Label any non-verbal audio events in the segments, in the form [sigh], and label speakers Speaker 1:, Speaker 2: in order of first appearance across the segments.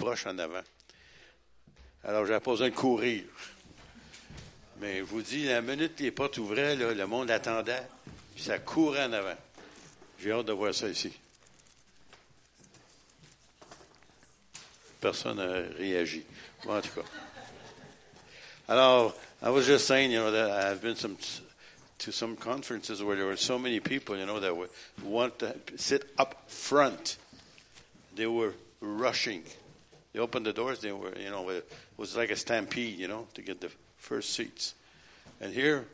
Speaker 1: roche en avant. Alors, j'avais pas besoin de courir. Mais je vous dis, la minute que les portes ouvraient, là, le monde attendait, puis ça courait en avant. J'ai hâte de voir ça ici. Personne n'a réagi. Bon, en tout cas. Alors, I was just saying, you know, that I've been some, to some conferences where there were so many people, you know, that would want to sit up front. They were rushing. They opened the doors. They were, you know, it was like a stampede, you know, to get the first seats. And here,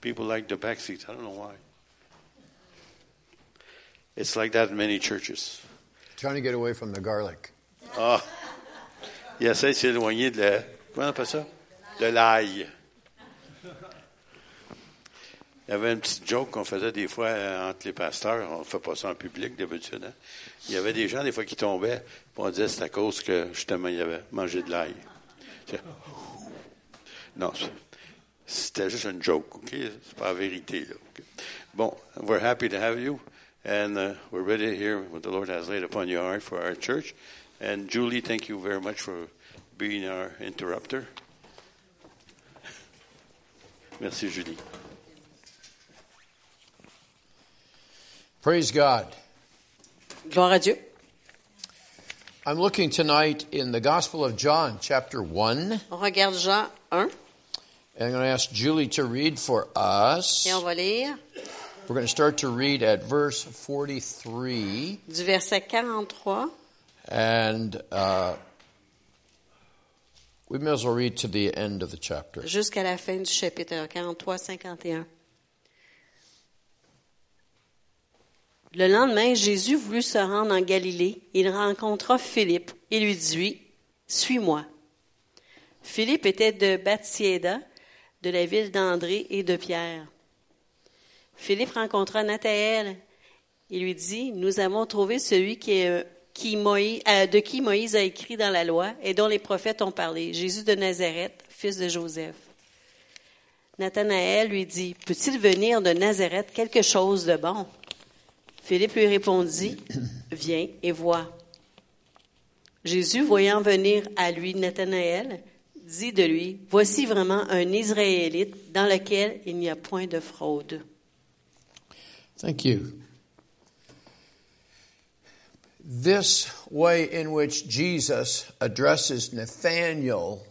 Speaker 1: people like the back seats. I don't know why. It's like that in many churches.
Speaker 2: Trying to get away from the garlic.
Speaker 1: Ah, il essaie de s'éloigner de la. Comment on appelle ça? De l'ail. Il y avait une petite joke qu'on faisait des fois euh, entre les pasteurs. On ne fait pas ça en public d'habitude. hein. Il y avait des gens, des fois, qui tombaient. puis on disait c'est à cause que, justement, il avait mangé de l'ail. C'est- Non, c'est- c'était juste une joke, OK? C'est pas la vérité, là. OK? Bon, we're happy to have you. And uh, we're ready to hear what the Lord has laid upon your heart for our church. And Julie, thank you very much for being our interrupter. Merci, Julie.
Speaker 2: Praise God.
Speaker 3: Gloire à Dieu.
Speaker 2: I'm looking tonight in the Gospel of John, chapter 1. And
Speaker 3: On regarde Jean 1
Speaker 2: I'm going to ask Julie to read for us.
Speaker 3: et on va lire
Speaker 2: We're going to start to read at verse 43.
Speaker 3: du verset 43.
Speaker 2: And uh, we may as well read to the end of the chapter.
Speaker 3: jusqu'à la fin du chapitre 43, 51. Le lendemain, Jésus voulut se rendre en Galilée. Il rencontra Philippe et lui dit Suis-moi. Philippe était de Bathsiéda, de la ville d'André et de Pierre. Philippe rencontra Nathaël et lui dit Nous avons trouvé celui qui est- euh, qui Moïse- euh, de qui Moïse a écrit dans la loi et dont les prophètes ont parlé, Jésus de Nazareth, fils de Joseph. Nathanaël lui dit, Peut-il venir de Nazareth quelque chose de bon? Philippe lui répondit, Viens et vois. Jésus, voyant venir à lui Nathanaël, dit de lui, Voici vraiment un Israélite dans lequel il n'y a point de fraude.
Speaker 2: Thank you. This way in which Jesus addresses Nathanael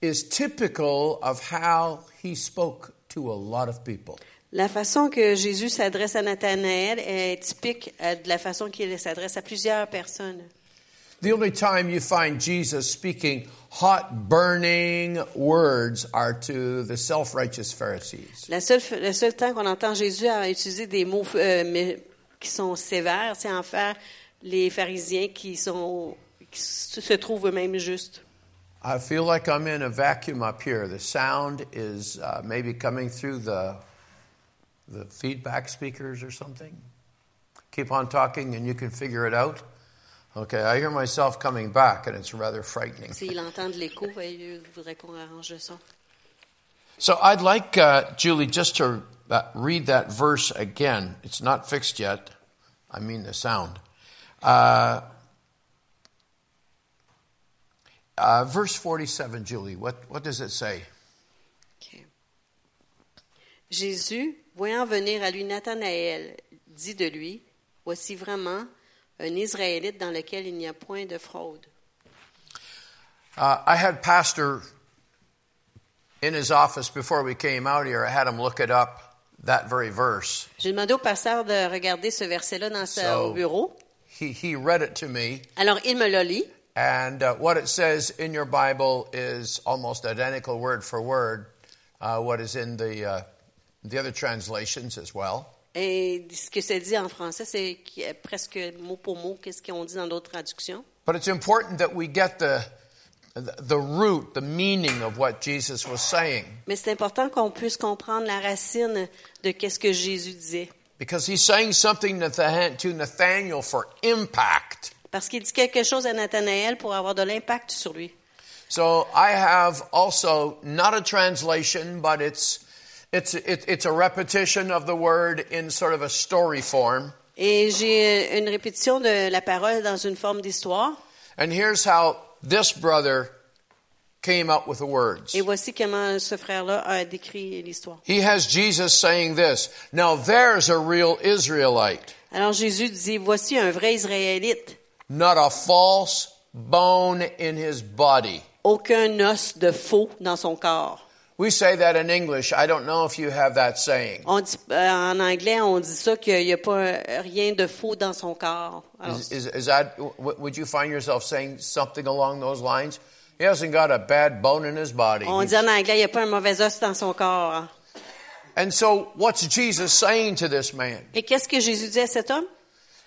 Speaker 2: is typical of how he spoke to a lot of people.
Speaker 3: La façon que Jésus s'adresse à Nathanaël est typique euh, de la façon qu'il s'adresse à plusieurs personnes.
Speaker 2: The only time you find Jesus speaking hot, burning words are to the self righteous Pharisees.
Speaker 3: La seule, le seul temps qu'on entend Jésus à utiliser des mots euh, mais- qui sont sévères, c'est en faire les pharisiens qui, sont, qui s- se trouvent eux-mêmes justes.
Speaker 2: I feel like I'm in a vacuum up here. The sound is uh, maybe coming through the, the feedback speakers or something. Keep on talking and you can figure it out. Okay, I hear myself coming back and it's rather frightening.
Speaker 3: S'ils entendent l'écho, ben, il voudrait qu'on arrange le son.
Speaker 2: So I'd like uh, Julie just to uh, read that verse again. It's not fixed yet. I mean the sound. Uh, uh, verse 47, Julie, what, what does it say?
Speaker 3: Ok. Jésus, voyant venir à lui Nathanaël, dit de lui, Voici vraiment un Israélite dans lequel il n'y a point de fraude.
Speaker 2: Uh, I had Pastor in his office before we came out here. I had him look it up, that very verse.
Speaker 3: J'ai demandé au pasteur de regarder ce verset-là dans sa-
Speaker 2: So-
Speaker 3: au bureau.
Speaker 2: He, he read it to me,
Speaker 3: Alors, il me l'a lit.
Speaker 2: and uh, what it says in your Bible is almost identical word for word uh, what is in the, uh, the other translations as well.
Speaker 3: Et ce que ça dit en français, c'est qui- presque mot pour mot qu'est-ce qu'on dit dans d'autres traductions.
Speaker 2: But it's important that we get the, the, the root, the meaning of what Jesus was saying,
Speaker 3: Mais c'est important qu'on puisse comprendre la racine de qu'est-ce que Jésus disait.
Speaker 2: because he's saying something Nathan- to Nathaniel for impact.
Speaker 3: Parce qu'il dit quelque chose à Nathanaël pour avoir de l'impact sur lui.
Speaker 2: So I have also not a translation, but it's it's it, it's a repetition of the word in sort of a story form,
Speaker 3: Et j'ai une répétition de la parole dans une forme d'histoire.
Speaker 2: And here's how this brother came up with the words.
Speaker 3: Et voici comment ce frère-là a décrit l'histoire.
Speaker 2: He has Jesus saying this. Now there's a real Israelite,
Speaker 3: Alors Jésus dit, voici un vrai Israélite,
Speaker 2: not a false bone in his body.
Speaker 3: aucun os de faux dans son corps.
Speaker 2: We say that in English. I don't know if you have that saying.
Speaker 3: On dit, euh, en anglais, on dit ça qu'il n'y a pas euh, rien de faux dans son corps. Alors,
Speaker 2: Is, is, is that, w- would you find yourself saying something along those lines? He hasn't got a bad bone in his body.
Speaker 3: on dit en anglais, il n'y a pas un mauvais os dans son corps. hein.
Speaker 2: And so, what's Jesus saying to this man?
Speaker 3: Et qu'est-ce que Jésus dit à cet homme?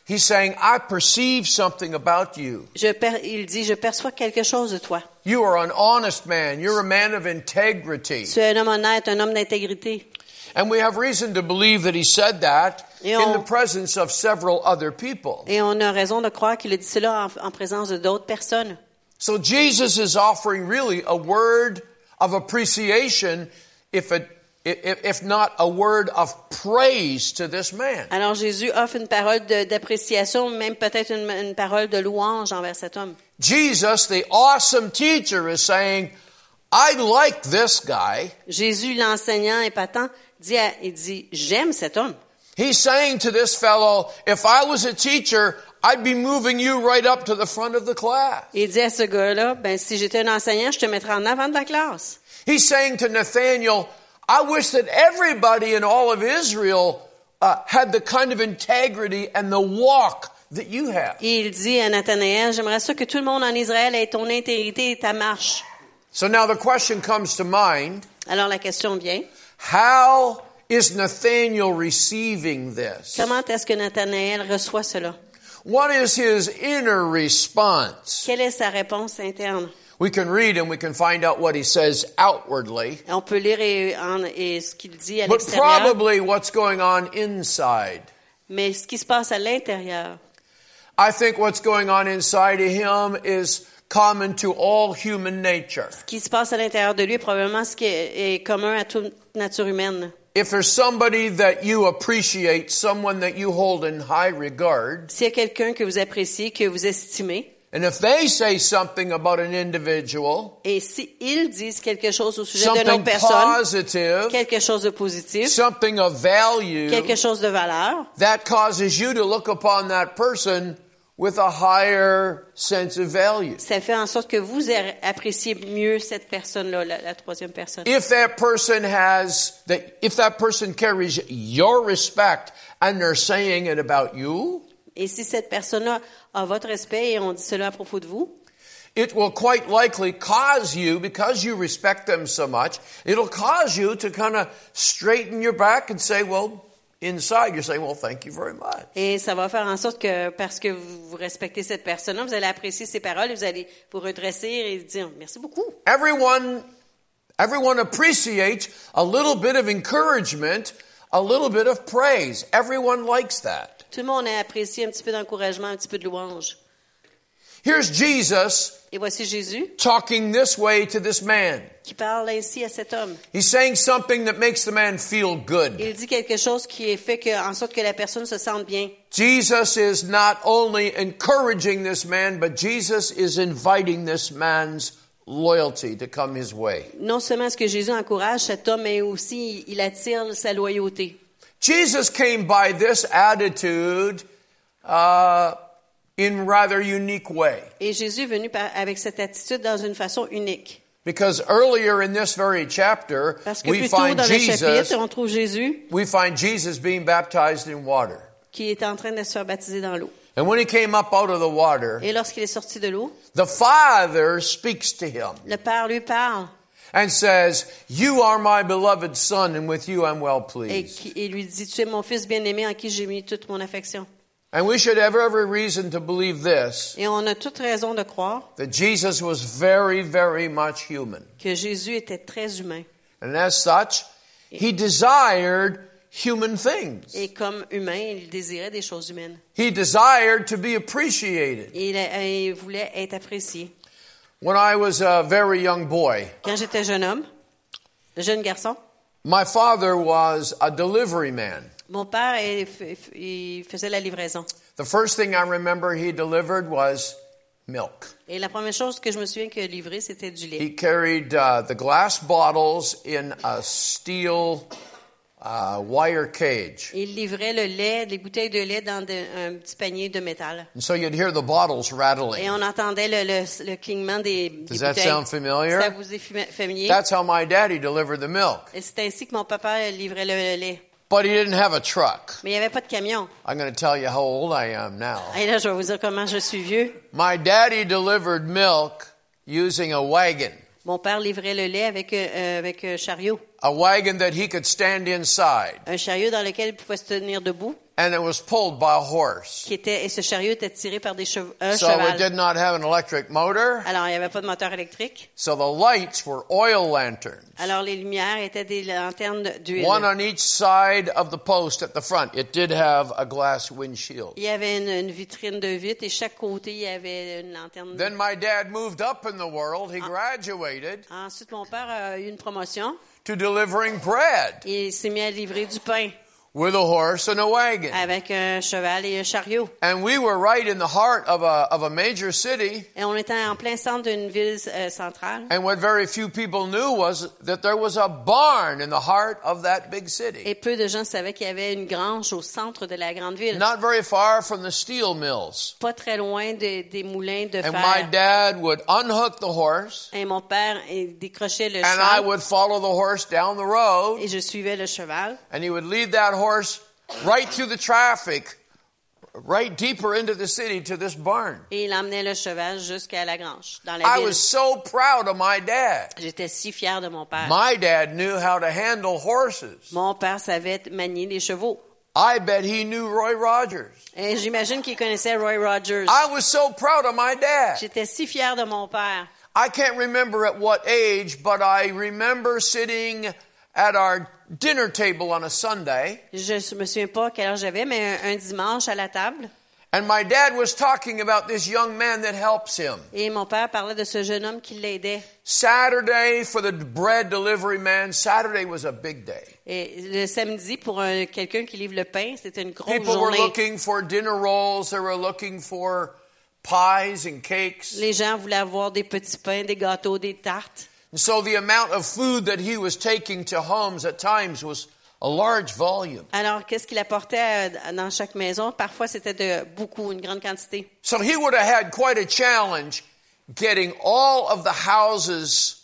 Speaker 2: He's saying, I perceive something about you.
Speaker 3: Je per- il dit, je perçois quelque chose de toi.
Speaker 2: You are an honest man. You're a man of integrity.
Speaker 3: Tu es un homme honnête, un homme d'intégrité.
Speaker 2: And we have reason to believe that he said that
Speaker 3: Et on-
Speaker 2: in the presence of several other people.
Speaker 3: Et on a raison de croire qu'il a dit cela en, en présence de d'autres personnes.
Speaker 2: So Jesus is offering really a word of appreciation, if, it, if, if not a word of praise to this man.
Speaker 3: Alors Jésus offre une parole de- d'appréciation, même peut-être une, une parole de louange envers cet homme.
Speaker 2: Jesus, the awesome teacher, is saying, I like this guy.
Speaker 3: Jésus, l'enseignant épatant, dit, à- il dit, j'aime cet homme.
Speaker 2: He's saying to this fellow, if I was a teacher, I'd be moving you right up to the front of the class.
Speaker 3: Il dit à ce gars-là, ben si j'étais un enseignant, je te mettrais en avant de la classe.
Speaker 2: He's saying to Nathaniel, I wish that everybody in all of Israel uh, had the kind of integrity and the walk that you have.
Speaker 3: Et il dit à Nathanaël, j'aimerais ça que tout le monde en Israël ait ton intégrité et ta marche.
Speaker 2: So now the question comes to mind,
Speaker 3: Alors la question vient,
Speaker 2: how is Nathaniel receiving this?
Speaker 3: comment est-ce que Nathanaël reçoit cela?
Speaker 2: What is his inner response?
Speaker 3: Quelle est sa réponse interne?
Speaker 2: We can read and we can find out what he says outwardly,
Speaker 3: On peut lire et, en- et ce qu'il dit à
Speaker 2: but
Speaker 3: l'extérieur,
Speaker 2: probably what's going on inside.
Speaker 3: mais ce qui se passe à l'intérieur.
Speaker 2: I think what's going on inside of him is common to all human nature.
Speaker 3: Ce qui se passe à l'intérieur de lui est probablement ce qui est, est commun à toute nature humaine.
Speaker 2: If there's somebody that you appreciate, someone that you hold in high regard,
Speaker 3: S'il y a quelqu'un que vous appréciez, que vous estimez,
Speaker 2: and if they say something about an individual,
Speaker 3: et si ils disent quelque chose au sujet d'une autre
Speaker 2: something
Speaker 3: personne,
Speaker 2: positive,
Speaker 3: quelque chose de positif,
Speaker 2: something of value,
Speaker 3: quelque chose de valeur,
Speaker 2: that causes you to look upon that person with a higher sense of value.
Speaker 3: ça fait en sorte que vous appréciez mieux cette personne-là, la, la troisième personne.
Speaker 2: If that person has that, if that person carries your respect and they're saying it about you,
Speaker 3: Et si cette personne-là a votre respect et on dit cela à propos de vous,
Speaker 2: it will quite likely cause you, because you respect them so much, it'll cause you to kind of straighten your back and say, well, inside you're saying, well, thank you very much.
Speaker 3: et ça va faire en sorte que parce que vous vous respectez cette personne-là, vous allez apprécier ses paroles et vous allez vous redresser et dire merci beaucoup.
Speaker 2: Everyone, everyone appreciates a little bit of encouragement, a little bit of praise. Everyone likes that.
Speaker 3: Tout le monde a apprécié un petit peu d'encouragement, un petit peu de louange.
Speaker 2: Here's Jesus
Speaker 3: Et voici Jésus
Speaker 2: talking this way to this man.
Speaker 3: qui parle ainsi à cet homme.
Speaker 2: He's saying something that makes the man feel good.
Speaker 3: Il dit quelque chose qui est fait que, en sorte que la personne se sente bien.
Speaker 2: Jesus is not only encouraging this man, but Jesus is inviting this man's loyalty to come his way.
Speaker 3: Non seulement ce que Jésus encourage cet homme, mais aussi il attire sa loyauté.
Speaker 2: Jesus came by this attitude uh, in rather unique way.
Speaker 3: Et Jésus est venu par- avec cette attitude dans une façon unique.
Speaker 2: Because earlier in this very chapter,
Speaker 3: Parce que
Speaker 2: we
Speaker 3: plus tôt
Speaker 2: find
Speaker 3: dans le
Speaker 2: Jesus,
Speaker 3: chapitre, on trouve Jésus
Speaker 2: we find Jesus being baptized in water.
Speaker 3: qui est en train de se faire baptiser dans l'eau.
Speaker 2: And when he came up out of the water,
Speaker 3: Et lorsqu'il est sorti de l'eau,
Speaker 2: the Father speaks to him.
Speaker 3: le Père lui parle
Speaker 2: and says, You are my beloved son, and with you I'm well
Speaker 3: et,
Speaker 2: pleased.
Speaker 3: qui- et lui dit, tu es mon fils bien-aimé en qui j'ai mis toute mon affection.
Speaker 2: And we should have every reason to believe this
Speaker 3: Et on a toute raison de croire
Speaker 2: that Jesus was very, very much human.
Speaker 3: que Jésus était très humain.
Speaker 2: And as such, he desired human things.
Speaker 3: Et comme humain, il désirait des choses humaines.
Speaker 2: He desired to be appreciated.
Speaker 3: Et il, a- il voulait être apprécié.
Speaker 2: When I was a very young boy,
Speaker 3: Quand j'étais jeune homme, jeune garçon,
Speaker 2: my father was a delivery man.
Speaker 3: mon père il f- il faisait la livraison.
Speaker 2: The first thing I remember he delivered was milk.
Speaker 3: Et la première chose que je me souviens qu'il a livré, c'était du lait.
Speaker 2: He carried uh, the glass bottles in a steel uh, wire cage.
Speaker 3: Il livrait le lait, les bouteilles de lait dans de- un petit panier de métal.
Speaker 2: And so you'd hear the bottles rattling.
Speaker 3: Et on entendait le, le- le clignement des, des
Speaker 2: Does that
Speaker 3: bouteilles.
Speaker 2: sound familiar?
Speaker 3: Ça vous est fumi- familier?
Speaker 2: That's how my daddy delivered the milk.
Speaker 3: Et c'est ainsi que mon papa livrait le lait.
Speaker 2: But he didn't have a truck.
Speaker 3: Mais il n'y avait pas de camion.
Speaker 2: I'm going to tell you how old I am now.
Speaker 3: Et là, je vais vous dire comment je suis vieux.
Speaker 2: My daddy delivered milk using a wagon,
Speaker 3: Mon père livrait le lait avec, euh, avec un chariot.
Speaker 2: a wagon that he could stand inside,
Speaker 3: Un chariot dans lequel il pouvait se tenir debout.
Speaker 2: and it was pulled by a horse.
Speaker 3: Qui était, et ce chariot était tiré par des chev- un
Speaker 2: So it
Speaker 3: cheval.
Speaker 2: did not have an electric motor,
Speaker 3: Alors, il n'y avait pas de moteur électrique.
Speaker 2: so the lights were oil lanterns,
Speaker 3: Alors, les lumières étaient des lanternes d'huile.
Speaker 2: one on each side of the post at the front. It did have a glass windshield.
Speaker 3: Il y avait une, une vitrine de vitre et chaque côté, il y avait une lanterne.
Speaker 2: Then my dad moved up in the world. He graduated
Speaker 3: Ensuite, mon père a eu une promotion
Speaker 2: to delivering bread
Speaker 3: et il s'est mis à livrer du pain
Speaker 2: with a horse and a wagon.
Speaker 3: avec un cheval et un chariot.
Speaker 2: And we were right in the heart of a, of a major city.
Speaker 3: Et on était en plein centre d'une ville euh, centrale.
Speaker 2: And what very few people knew was that there was a barn in the heart of that big
Speaker 3: Et
Speaker 2: city.
Speaker 3: peu de gens savaient qu'il y avait une grange au centre de la grande ville,
Speaker 2: Not very far from the steel mills.
Speaker 3: pas très loin des- des moulins de
Speaker 2: And my
Speaker 3: fer.
Speaker 2: dad would unhook the horse
Speaker 3: Et mon père il décrochait le
Speaker 2: and I
Speaker 3: cheval
Speaker 2: would follow the horse down the road
Speaker 3: et je suivais le cheval.
Speaker 2: and he would lead that horse right through the traffic, right deeper into the city to this barn.
Speaker 3: Et il emmenait le cheval jusqu'à la grange, dans la
Speaker 2: I
Speaker 3: ville.
Speaker 2: was so proud of my dad.
Speaker 3: J'étais si fière de mon père.
Speaker 2: My dad knew how to handle horses.
Speaker 3: Mon père savait manier les chevaux.
Speaker 2: I bet he knew Roy Rogers.
Speaker 3: Et j'imagine qu'il connaissait Roy Rogers.
Speaker 2: I was so proud of my dad.
Speaker 3: J'étais si fière de mon père.
Speaker 2: I can't remember at what age, but I remember sitting at our dinner table on a Sunday,
Speaker 3: Je me souviens pas quelle heure j'avais, mais un, un dimanche à la table,
Speaker 2: and my dad was talking about this young man that helps him.
Speaker 3: et mon père parlait de ce jeune homme qui l'aidait.
Speaker 2: Saturday for the bread delivery man, Saturday was a big day.
Speaker 3: Et le samedi, pour un- quelqu'un qui livre le pain, c'était une grosse
Speaker 2: People were
Speaker 3: journée.
Speaker 2: looking for dinner rolls, they were looking for pies and cakes.
Speaker 3: Les gens voulaient avoir des petits pains, des gâteaux, des tartes.
Speaker 2: And so the amount of food that he was taking to homes at times was a large volume.
Speaker 3: Alors, qu'est-ce qu'il apportait euh, dans chaque maison? Parfois, c'était de beaucoup, une grande quantité.
Speaker 2: So he would have had quite a challenge getting all of the houses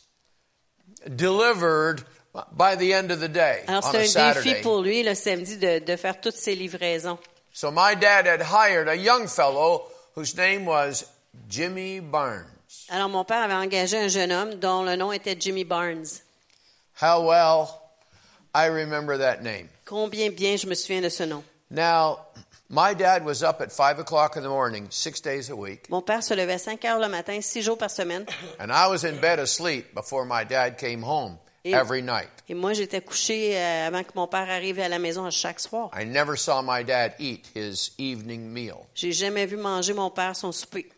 Speaker 2: delivered by the end of the day
Speaker 3: Alors,
Speaker 2: on a
Speaker 3: c'était un défi
Speaker 2: Saturday.
Speaker 3: pour lui, le samedi, de, de faire toutes ces livraisons.
Speaker 2: So my dad had hired a young fellow whose name was Jimmy Barnes.
Speaker 3: Alors, mon père avait engagé un jeune homme dont le nom était Jimmy Barnes.
Speaker 2: How well I remember that name.
Speaker 3: Combien bien je me souviens de ce nom.
Speaker 2: Now, my dad was up at five o'clock in the morning, six days a week,
Speaker 3: Mon père se levait à 5 heures le matin, 6 jours par semaine.
Speaker 2: and I was in bed asleep before my dad came home
Speaker 3: Yeah.
Speaker 2: every night.
Speaker 3: Et moi, j'étais couchée euh, avant que mon père arrive à la maison à chaque soir.
Speaker 2: I never saw my dad eat his evening meal.
Speaker 3: J'ai jamais vu manger mon père son souper.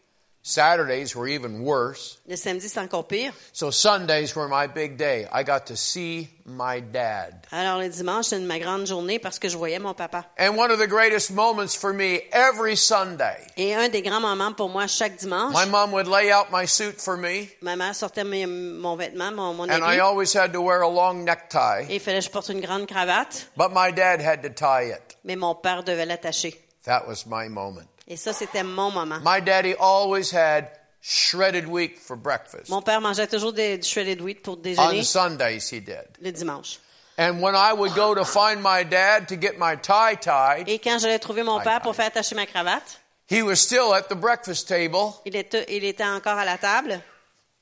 Speaker 2: Saturdays were even worse.
Speaker 3: Le samedi, c'est encore pire.
Speaker 2: So Sundays were my big day. I got to see my dad.
Speaker 3: Alors, le dimanche, c'est ma grande journée parce que je voyais mon papa.
Speaker 2: And one of the greatest moments for me every Sunday,
Speaker 3: Et un des grands moments pour moi chaque dimanche,
Speaker 2: my mom would lay out my suit for me,
Speaker 3: ma mère sortait mes- mon vêtement, mon, mon
Speaker 2: and I
Speaker 3: habit,
Speaker 2: always had to wear a long necktie,
Speaker 3: et il fallait que je porte une grande cravate,
Speaker 2: but my dad had to tie it.
Speaker 3: mais mon père devait l'attacher.
Speaker 2: That was my moment.
Speaker 3: Et ça, c'était mon moment.
Speaker 2: My daddy always had shredded wheat for breakfast.
Speaker 3: Mon père mangeait toujours des, du shredded wheat pour déjeuner
Speaker 2: On Sundays, he did.
Speaker 3: le dimanche.
Speaker 2: And when I would go to find my dad to get my tie tied,
Speaker 3: Et quand j'allais trouver mon
Speaker 2: Aïe,
Speaker 3: père pour
Speaker 2: aïe.
Speaker 3: faire attacher ma cravate,
Speaker 2: he was still at the breakfast table.
Speaker 3: il était, il était encore à la table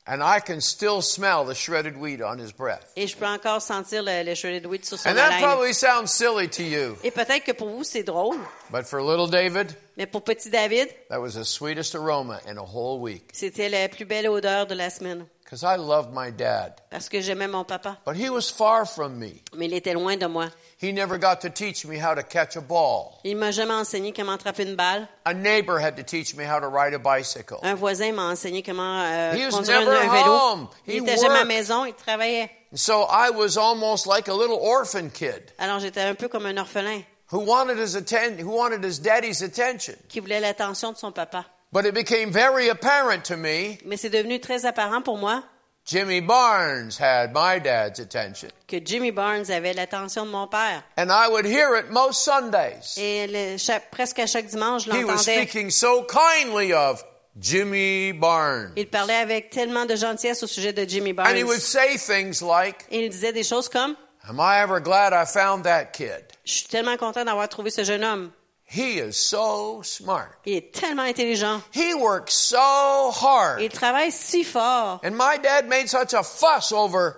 Speaker 2: And I can still smell the shredded wheat on his breath.
Speaker 3: et je peux encore sentir le, le shredded wheat sur son
Speaker 2: And that
Speaker 3: haleine.
Speaker 2: probably sounds silly to you,
Speaker 3: Et peut-être que pour vous, c'est drôle,
Speaker 2: but for little David,
Speaker 3: mais pour petit David,
Speaker 2: that was the sweetest aroma in a whole week.
Speaker 3: c'était la plus belle odeur de la semaine
Speaker 2: Because I loved my dad,
Speaker 3: parce que j'aimais mon papa,
Speaker 2: but he was far from me.
Speaker 3: mais il était loin de moi.
Speaker 2: He never got to teach me how to catch a ball.
Speaker 3: Il m'a jamais enseigné comment attraper une balle.
Speaker 2: A neighbor had to teach me how to ride a bicycle.
Speaker 3: Un voisin m'a enseigné comment euh,
Speaker 2: He was
Speaker 3: conduire
Speaker 2: never
Speaker 3: un vélo.
Speaker 2: home. He
Speaker 3: il était jamais à la
Speaker 2: worked.
Speaker 3: maison, il travaillait.
Speaker 2: And so I was almost like a little orphan kid
Speaker 3: Alors j'étais un peu comme un orphelin
Speaker 2: who wanted his atten- who wanted his daddy's attention.
Speaker 3: qui voulait l'attention de son papa.
Speaker 2: But it became very apparent to me
Speaker 3: Mais c'est devenu très apparent pour moi
Speaker 2: Jimmy Barnes had my dad's attention.
Speaker 3: que Jimmy Barnes avait l'attention de mon père.
Speaker 2: And I would hear it most Sundays.
Speaker 3: Et le- chaque- presque à chaque dimanche, je
Speaker 2: He was
Speaker 3: l'entendais.
Speaker 2: speaking so kindly of Jimmy Barnes.
Speaker 3: Il parlait avec tellement de gentillesse au sujet de Jimmy
Speaker 2: And he would
Speaker 3: Barnes.
Speaker 2: say things like,
Speaker 3: Et il disait des choses comme
Speaker 2: Am I ever glad I found that kid?
Speaker 3: Je suis tellement content d'avoir trouvé ce jeune homme.
Speaker 2: He is so smart.
Speaker 3: Il est tellement intelligent.
Speaker 2: He works so
Speaker 3: Il
Speaker 2: hard.
Speaker 3: travaille si fort.
Speaker 2: And my dad made such a fuss over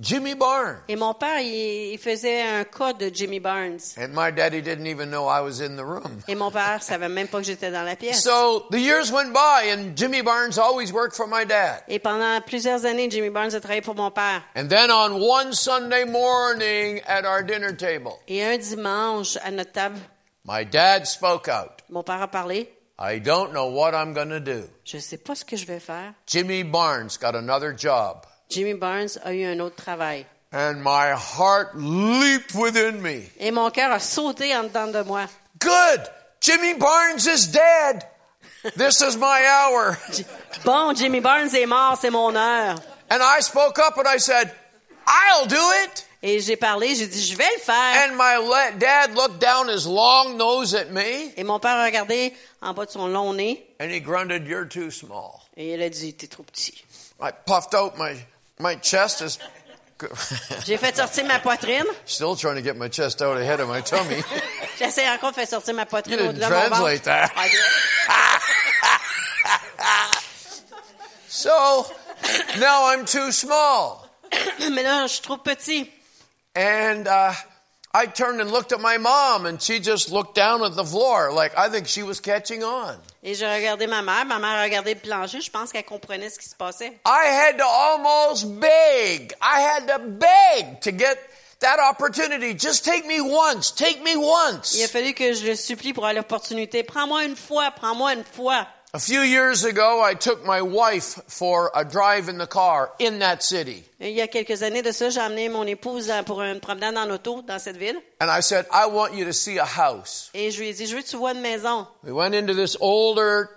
Speaker 2: Jimmy Barnes.
Speaker 3: Et mon père, il, il faisait un cas de Jimmy Barnes.
Speaker 2: And my daddy didn't even know I was in the room.
Speaker 3: Et mon père savait même pas que j'étais dans la pièce.
Speaker 2: So the years went by and Jimmy Barnes always worked for my dad.
Speaker 3: Et pendant plusieurs années, Jimmy Barnes a travaillé pour mon père.
Speaker 2: And then on one Sunday morning at our dinner table,
Speaker 3: Et un dimanche, à notre table,
Speaker 2: my dad spoke out.
Speaker 3: mon père a parlé.
Speaker 2: I don't know what I'm going to do.
Speaker 3: Je sais pas ce que je vais faire.
Speaker 2: Jimmy Barnes got another job.
Speaker 3: Jimmy Barnes a eu un autre travail.
Speaker 2: And my heart leaped within me.
Speaker 3: Et mon cœur a sauté en dedans de moi.
Speaker 2: Good. Jimmy Barnes is dead. This is my hour. [laughs]
Speaker 3: Bon, Jimmy Barnes est mort, c'est mon heure.
Speaker 2: And I spoke up and I said, I'll do it.
Speaker 3: Et j'ai parlé, j'ai dit, je vais le faire.
Speaker 2: And my le- dad looked down his long nose at me
Speaker 3: Et mon père a regardé en bas de son long nez
Speaker 2: and he grunted, You're too small.
Speaker 3: et il a dit, t'es trop petit.
Speaker 2: I puffed out my, my chest is
Speaker 3: J'ai fait sortir ma poitrine.
Speaker 2: [laughs] still trying to get my chest out ahead of my tummy. [laughs]
Speaker 3: J'essaie encore de faire sortir ma
Speaker 2: You
Speaker 3: poitrine
Speaker 2: didn't
Speaker 3: au-delà de mon ventre.
Speaker 2: translate that. So now I'm too small.
Speaker 3: Mais là, je suis trop petit.
Speaker 2: And uh, I turned and looked at my mom, and she just looked down at the floor like I think she was catching on.
Speaker 3: Et j'ai regardé ma mère. Ma mère a regardé le plancher. Je pense qu'elle comprenait ce qui se passait.
Speaker 2: I had to almost beg. I had to beg to get that opportunity. Just take me once. Take me once.
Speaker 3: Il a fallu que je le supplie pour avoir l'opportunité. Prends-moi une fois, prends-moi une fois.
Speaker 2: A few years ago, I took my wife for a drive in the car in that city.
Speaker 3: Il y a quelques années de ça, j'ai emmené mon épouse dans- pour une promenade en auto dans cette ville.
Speaker 2: And I said, I want you to see a house.
Speaker 3: Et je lui ai dit, je veux que tu vois une maison.
Speaker 2: We went into this older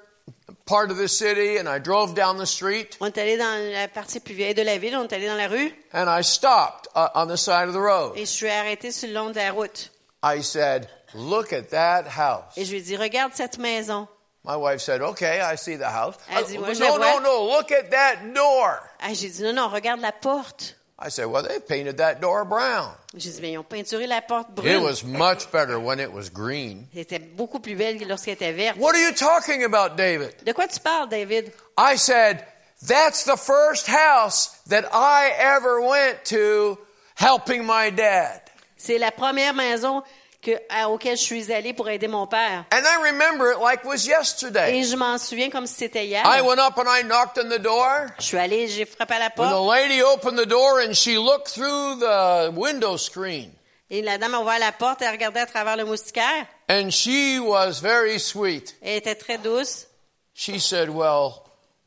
Speaker 2: part of the city and I drove down the street
Speaker 3: On est allé dans la partie plus vieille de la ville. On est allé dans la rue.
Speaker 2: and I stopped uh, on the side of the road.
Speaker 3: Et je suis arrêtée sur le long de la route.
Speaker 2: I said, look at that house.
Speaker 3: Et je lui ai dit, regarde cette maison.
Speaker 2: My wife said, okay, I see the house. Uh,
Speaker 3: Elle dit, "Moi, je
Speaker 2: no, no,
Speaker 3: la vois."
Speaker 2: no, look at that door.
Speaker 3: Ah, j'ai dit, non, non, regarde la porte.
Speaker 2: I said, well, they've painted that door brown.
Speaker 3: J'ai dit, mais ils ont peinturé la porte
Speaker 2: It
Speaker 3: brune.
Speaker 2: was much better when it was green.
Speaker 3: C'était beaucoup plus belle que lorsqu'elle était verte.
Speaker 2: What are you talking about, David?
Speaker 3: De quoi tu parles, David?
Speaker 2: I said, that's the first house that I ever went to helping my dad.
Speaker 3: C'est la première maison que, à, auquel je suis allée pour aider mon père.
Speaker 2: And I remember it like it was yesterday.
Speaker 3: Et je m'en souviens comme si c'était hier.
Speaker 2: I went up and I knocked on the door.
Speaker 3: Je suis allée, j'ai frappé à la
Speaker 2: When the
Speaker 3: porte
Speaker 2: lady opened the door and she looked through the window screen.
Speaker 3: et la dame a ouvert la porte et a regardé à travers le moustiquaire.
Speaker 2: And she was very sweet.
Speaker 3: Elle était très douce.
Speaker 2: She said, Well,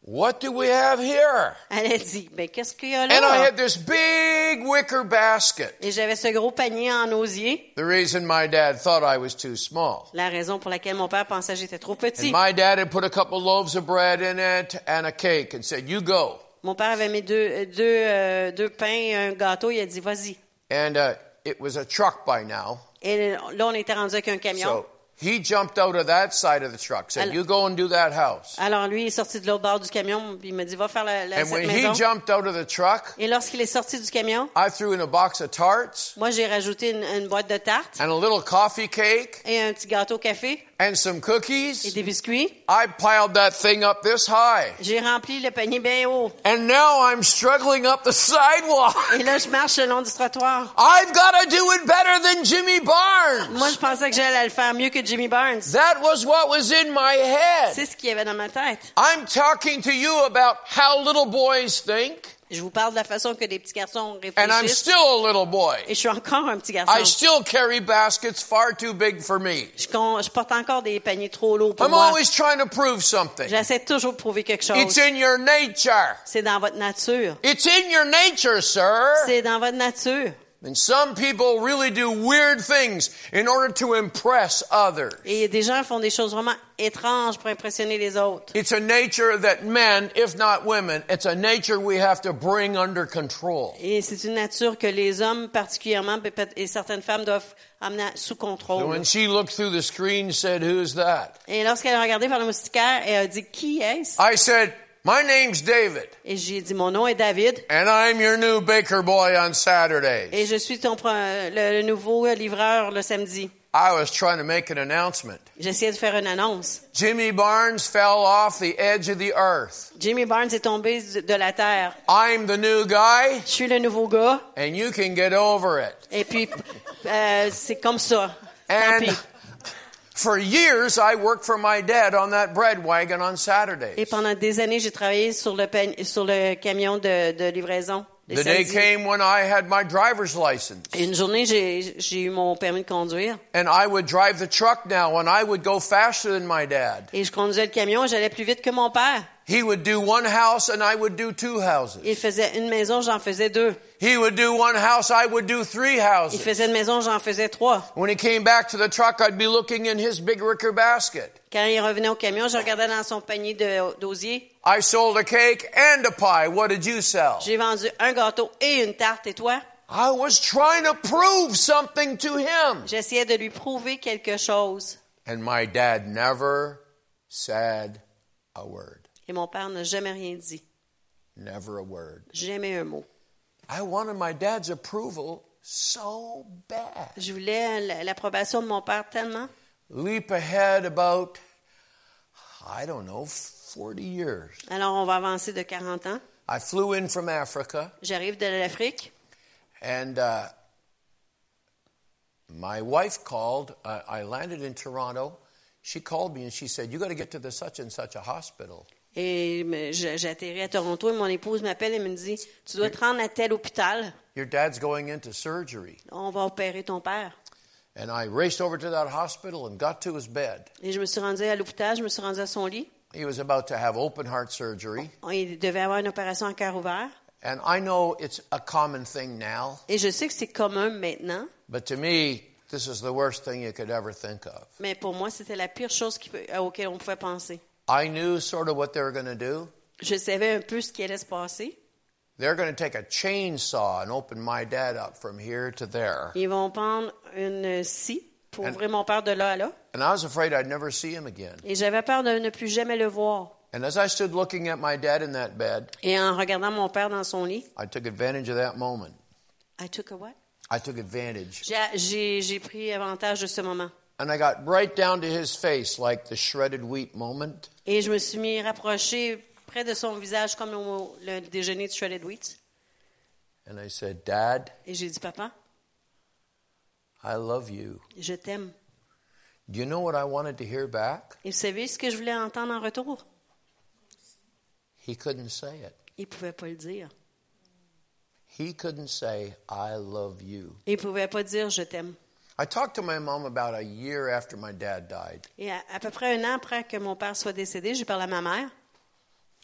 Speaker 2: what do we have here?
Speaker 3: Elle a dit, ben qu'est-ce qu'il y a
Speaker 2: And I
Speaker 3: là?
Speaker 2: had this big wicker basket.
Speaker 3: Et j'avais ce gros panier en osier.
Speaker 2: The reason my dad thought I was too small.
Speaker 3: La raison pour laquelle mon père pensait que j'étais trop
Speaker 2: And
Speaker 3: petit.
Speaker 2: my dad had put a couple loaves of bread in it and a cake and said, You go.
Speaker 3: Mon père avait mis deux, euh, deux, euh, deux pains et un gâteau. Il a dit, vas-y.
Speaker 2: And uh, it was a truck by now.
Speaker 3: Et là, on était rendu avec un camion.
Speaker 2: So he jumped out of that side of the truck, said,
Speaker 3: Alors-
Speaker 2: You go and do that house.
Speaker 3: Alors lui, il est sorti de l'autre bord du camion, puis il m'a dit, va faire la, la-
Speaker 2: And
Speaker 3: cette
Speaker 2: when he
Speaker 3: maison.
Speaker 2: jumped out of the truck,
Speaker 3: Et lorsqu'il est sorti du camion,
Speaker 2: I threw in a box of tarts
Speaker 3: moi, j'ai rajouté une, une boîte de tartes
Speaker 2: and a little coffee cake
Speaker 3: et un petit gâteau au café
Speaker 2: and some
Speaker 3: et
Speaker 2: cookies.
Speaker 3: des biscuits.
Speaker 2: I piled that thing up this high.
Speaker 3: J'ai rempli le panier bien haut.
Speaker 2: And now I'm struggling up the sidewalk.
Speaker 3: Et là, je marche le long du trottoir.
Speaker 2: I've got to do it better than Jimmy
Speaker 3: Moi,
Speaker 2: Barnes.
Speaker 3: je pensais que j'allais le faire mieux que Jimmy Barnes.
Speaker 2: That was what was in my head.
Speaker 3: C'est ce qu'il y avait dans ma tête.
Speaker 2: I'm talking to you about how little boys think,
Speaker 3: Je vous parle de la façon que des petits garçons
Speaker 2: and I'm
Speaker 3: réfléchissent.
Speaker 2: still a little boy.
Speaker 3: Et Eh je Ah, suis encore un petit
Speaker 2: I
Speaker 3: garçon.
Speaker 2: still carry baskets far too big for me.
Speaker 3: Je, con- je porte encore des paniers trop lourds pour
Speaker 2: I'm
Speaker 3: Ah, moi.
Speaker 2: always trying to prove something.
Speaker 3: J'essaie toujours de prouver quelque
Speaker 2: It's
Speaker 3: chose.
Speaker 2: in your nature.
Speaker 3: C'est dans votre nature.
Speaker 2: It's in your nature, sir.
Speaker 3: C'est dans votre nature.
Speaker 2: And some people really do weird things in order to impress others.
Speaker 3: Et des gens font des choses vraiment étranges pour impressionner les autres.
Speaker 2: It's a nature that men, if not women, it's a nature we have to bring under control.
Speaker 3: Et c'est une nature que les hommes particulièrement pe- peut- et certaines femmes doivent amener à- sous
Speaker 2: So
Speaker 3: contrôle.
Speaker 2: when she looked through the screen, said, "Who's that?"
Speaker 3: Et lorsqu'elle a regardé par le moustiquaire, elle a dit qui est-ce
Speaker 2: I said, "My name's David,
Speaker 3: Et j'ai dit mon nom est David
Speaker 2: and I'm your new baker boy on Saturdays."
Speaker 3: et je suis ton pre- le, le nouveau livreur le samedi.
Speaker 2: I was trying to make an announcement.
Speaker 3: J'essayais de faire une annonce.
Speaker 2: Jimmy Barnes fell off the edge of the earth.
Speaker 3: Jimmy Barnes est tombé de la terre.
Speaker 2: I'm the new guy,
Speaker 3: Je suis le nouveau gars
Speaker 2: and you can get over it.
Speaker 3: et puis euh, c'est comme ça. Tant
Speaker 2: And
Speaker 3: pis.
Speaker 2: for years, I worked for my dad on that bread wagon on
Speaker 3: Et
Speaker 2: Saturdays.
Speaker 3: pendant des années, j'ai travaillé sur le, pain- sur le camion de, de livraison. les
Speaker 2: The day
Speaker 3: samedis.
Speaker 2: came when I had my driver's license,
Speaker 3: Et une journée, j'ai j'ai eu mon permis de conduire.
Speaker 2: and I would drive the truck now, and I would go faster than my dad.
Speaker 3: Et je conduisais le camion, j'allais plus vite que mon père.
Speaker 2: He would do one house, and I would do two houses.
Speaker 3: Il faisait une maison, j'en faisais deux.
Speaker 2: He would do one house, I would do three
Speaker 3: Il
Speaker 2: houses.
Speaker 3: faisait une maison, j'en faisais trois.
Speaker 2: When he came back to the truck, I'd be looking in his big wicker basket.
Speaker 3: Quand il revenait au camion, je regardais dans son panier de d'osier.
Speaker 2: I sold a cake and a pie. What did you sell?
Speaker 3: J'ai vendu un gâteau et une tarte, et toi?
Speaker 2: I was trying to prove something to him.
Speaker 3: J'essayais de lui prouver quelque chose.
Speaker 2: And my dad never said a word.
Speaker 3: Et mon père n'a jamais rien dit.
Speaker 2: Never a word.
Speaker 3: Jamais un mot.
Speaker 2: I wanted my dad's approval so bad.
Speaker 3: Je voulais l- l'approbation de mon père tellement.
Speaker 2: Leap ahead about, I don't know, 40 years.
Speaker 3: Alors, on va avancer de 40 ans.
Speaker 2: I flew in from Africa,
Speaker 3: J'arrive de l'Afrique.
Speaker 2: and uh, my wife called. I I landed in Toronto. She called me and she said, You got to get to the such and such a hospital.
Speaker 3: Et me- je- j'atterris à Toronto et mon épouse m'appelle et me dit Tu dois te rendre à tel hôpital.
Speaker 2: Your dad's going into surgery.
Speaker 3: On va opérer ton père.
Speaker 2: And I raced over to that hospital and got to his bed.
Speaker 3: Et je me suis rendue à l'hôpital, je me suis rendue à son lit.
Speaker 2: He was about to have open heart surgery.
Speaker 3: Il devait avoir une opération à cœur ouvert.
Speaker 2: And I know it's a common thing now,
Speaker 3: Et je sais que c'est commun maintenant,
Speaker 2: but to me, this is the worst thing you could ever think of.
Speaker 3: mais pour moi, c'était la pire chose qui peut- à auquel on pouvait penser.
Speaker 2: I knew sort of what they were going to do.
Speaker 3: Je savais un peu ce qui allait se passer.
Speaker 2: They're going to take a chainsaw and open my dad up from here to there.
Speaker 3: Ils vont prendre une scie pour
Speaker 2: And-
Speaker 3: ouvrir mon père de là à là.
Speaker 2: And I was afraid I'd never see him again.
Speaker 3: Et j'avais peur de ne plus jamais le voir.
Speaker 2: And as I stood looking at my dad in that bed,
Speaker 3: Et en regardant mon père dans son lit,
Speaker 2: I took advantage of that moment.
Speaker 3: I took a what?
Speaker 2: I took advantage.
Speaker 3: J'ai- J'ai j'ai pris avantage de ce moment.
Speaker 2: And I got right down to his face like the shredded wheat moment.
Speaker 3: Et je me suis mis rapproché près de son visage comme au- le déjeuner de Shredded Wheat.
Speaker 2: And I said, Dad,
Speaker 3: Et j'ai dit, papa,
Speaker 2: I love you.
Speaker 3: je t'aime.
Speaker 2: Do you know what I wanted to hear back?
Speaker 3: Et vous savez ce que je voulais entendre en retour?
Speaker 2: He couldn't say it.
Speaker 3: Il pouvait pas le dire.
Speaker 2: He couldn't say, I love you.
Speaker 3: Il pouvait pas dire, je t'aime.
Speaker 2: I talked to my mom about a year after my dad died.
Speaker 3: Et à, à peu près un an après que mon père soit décédé, j'ai parlé à ma mère.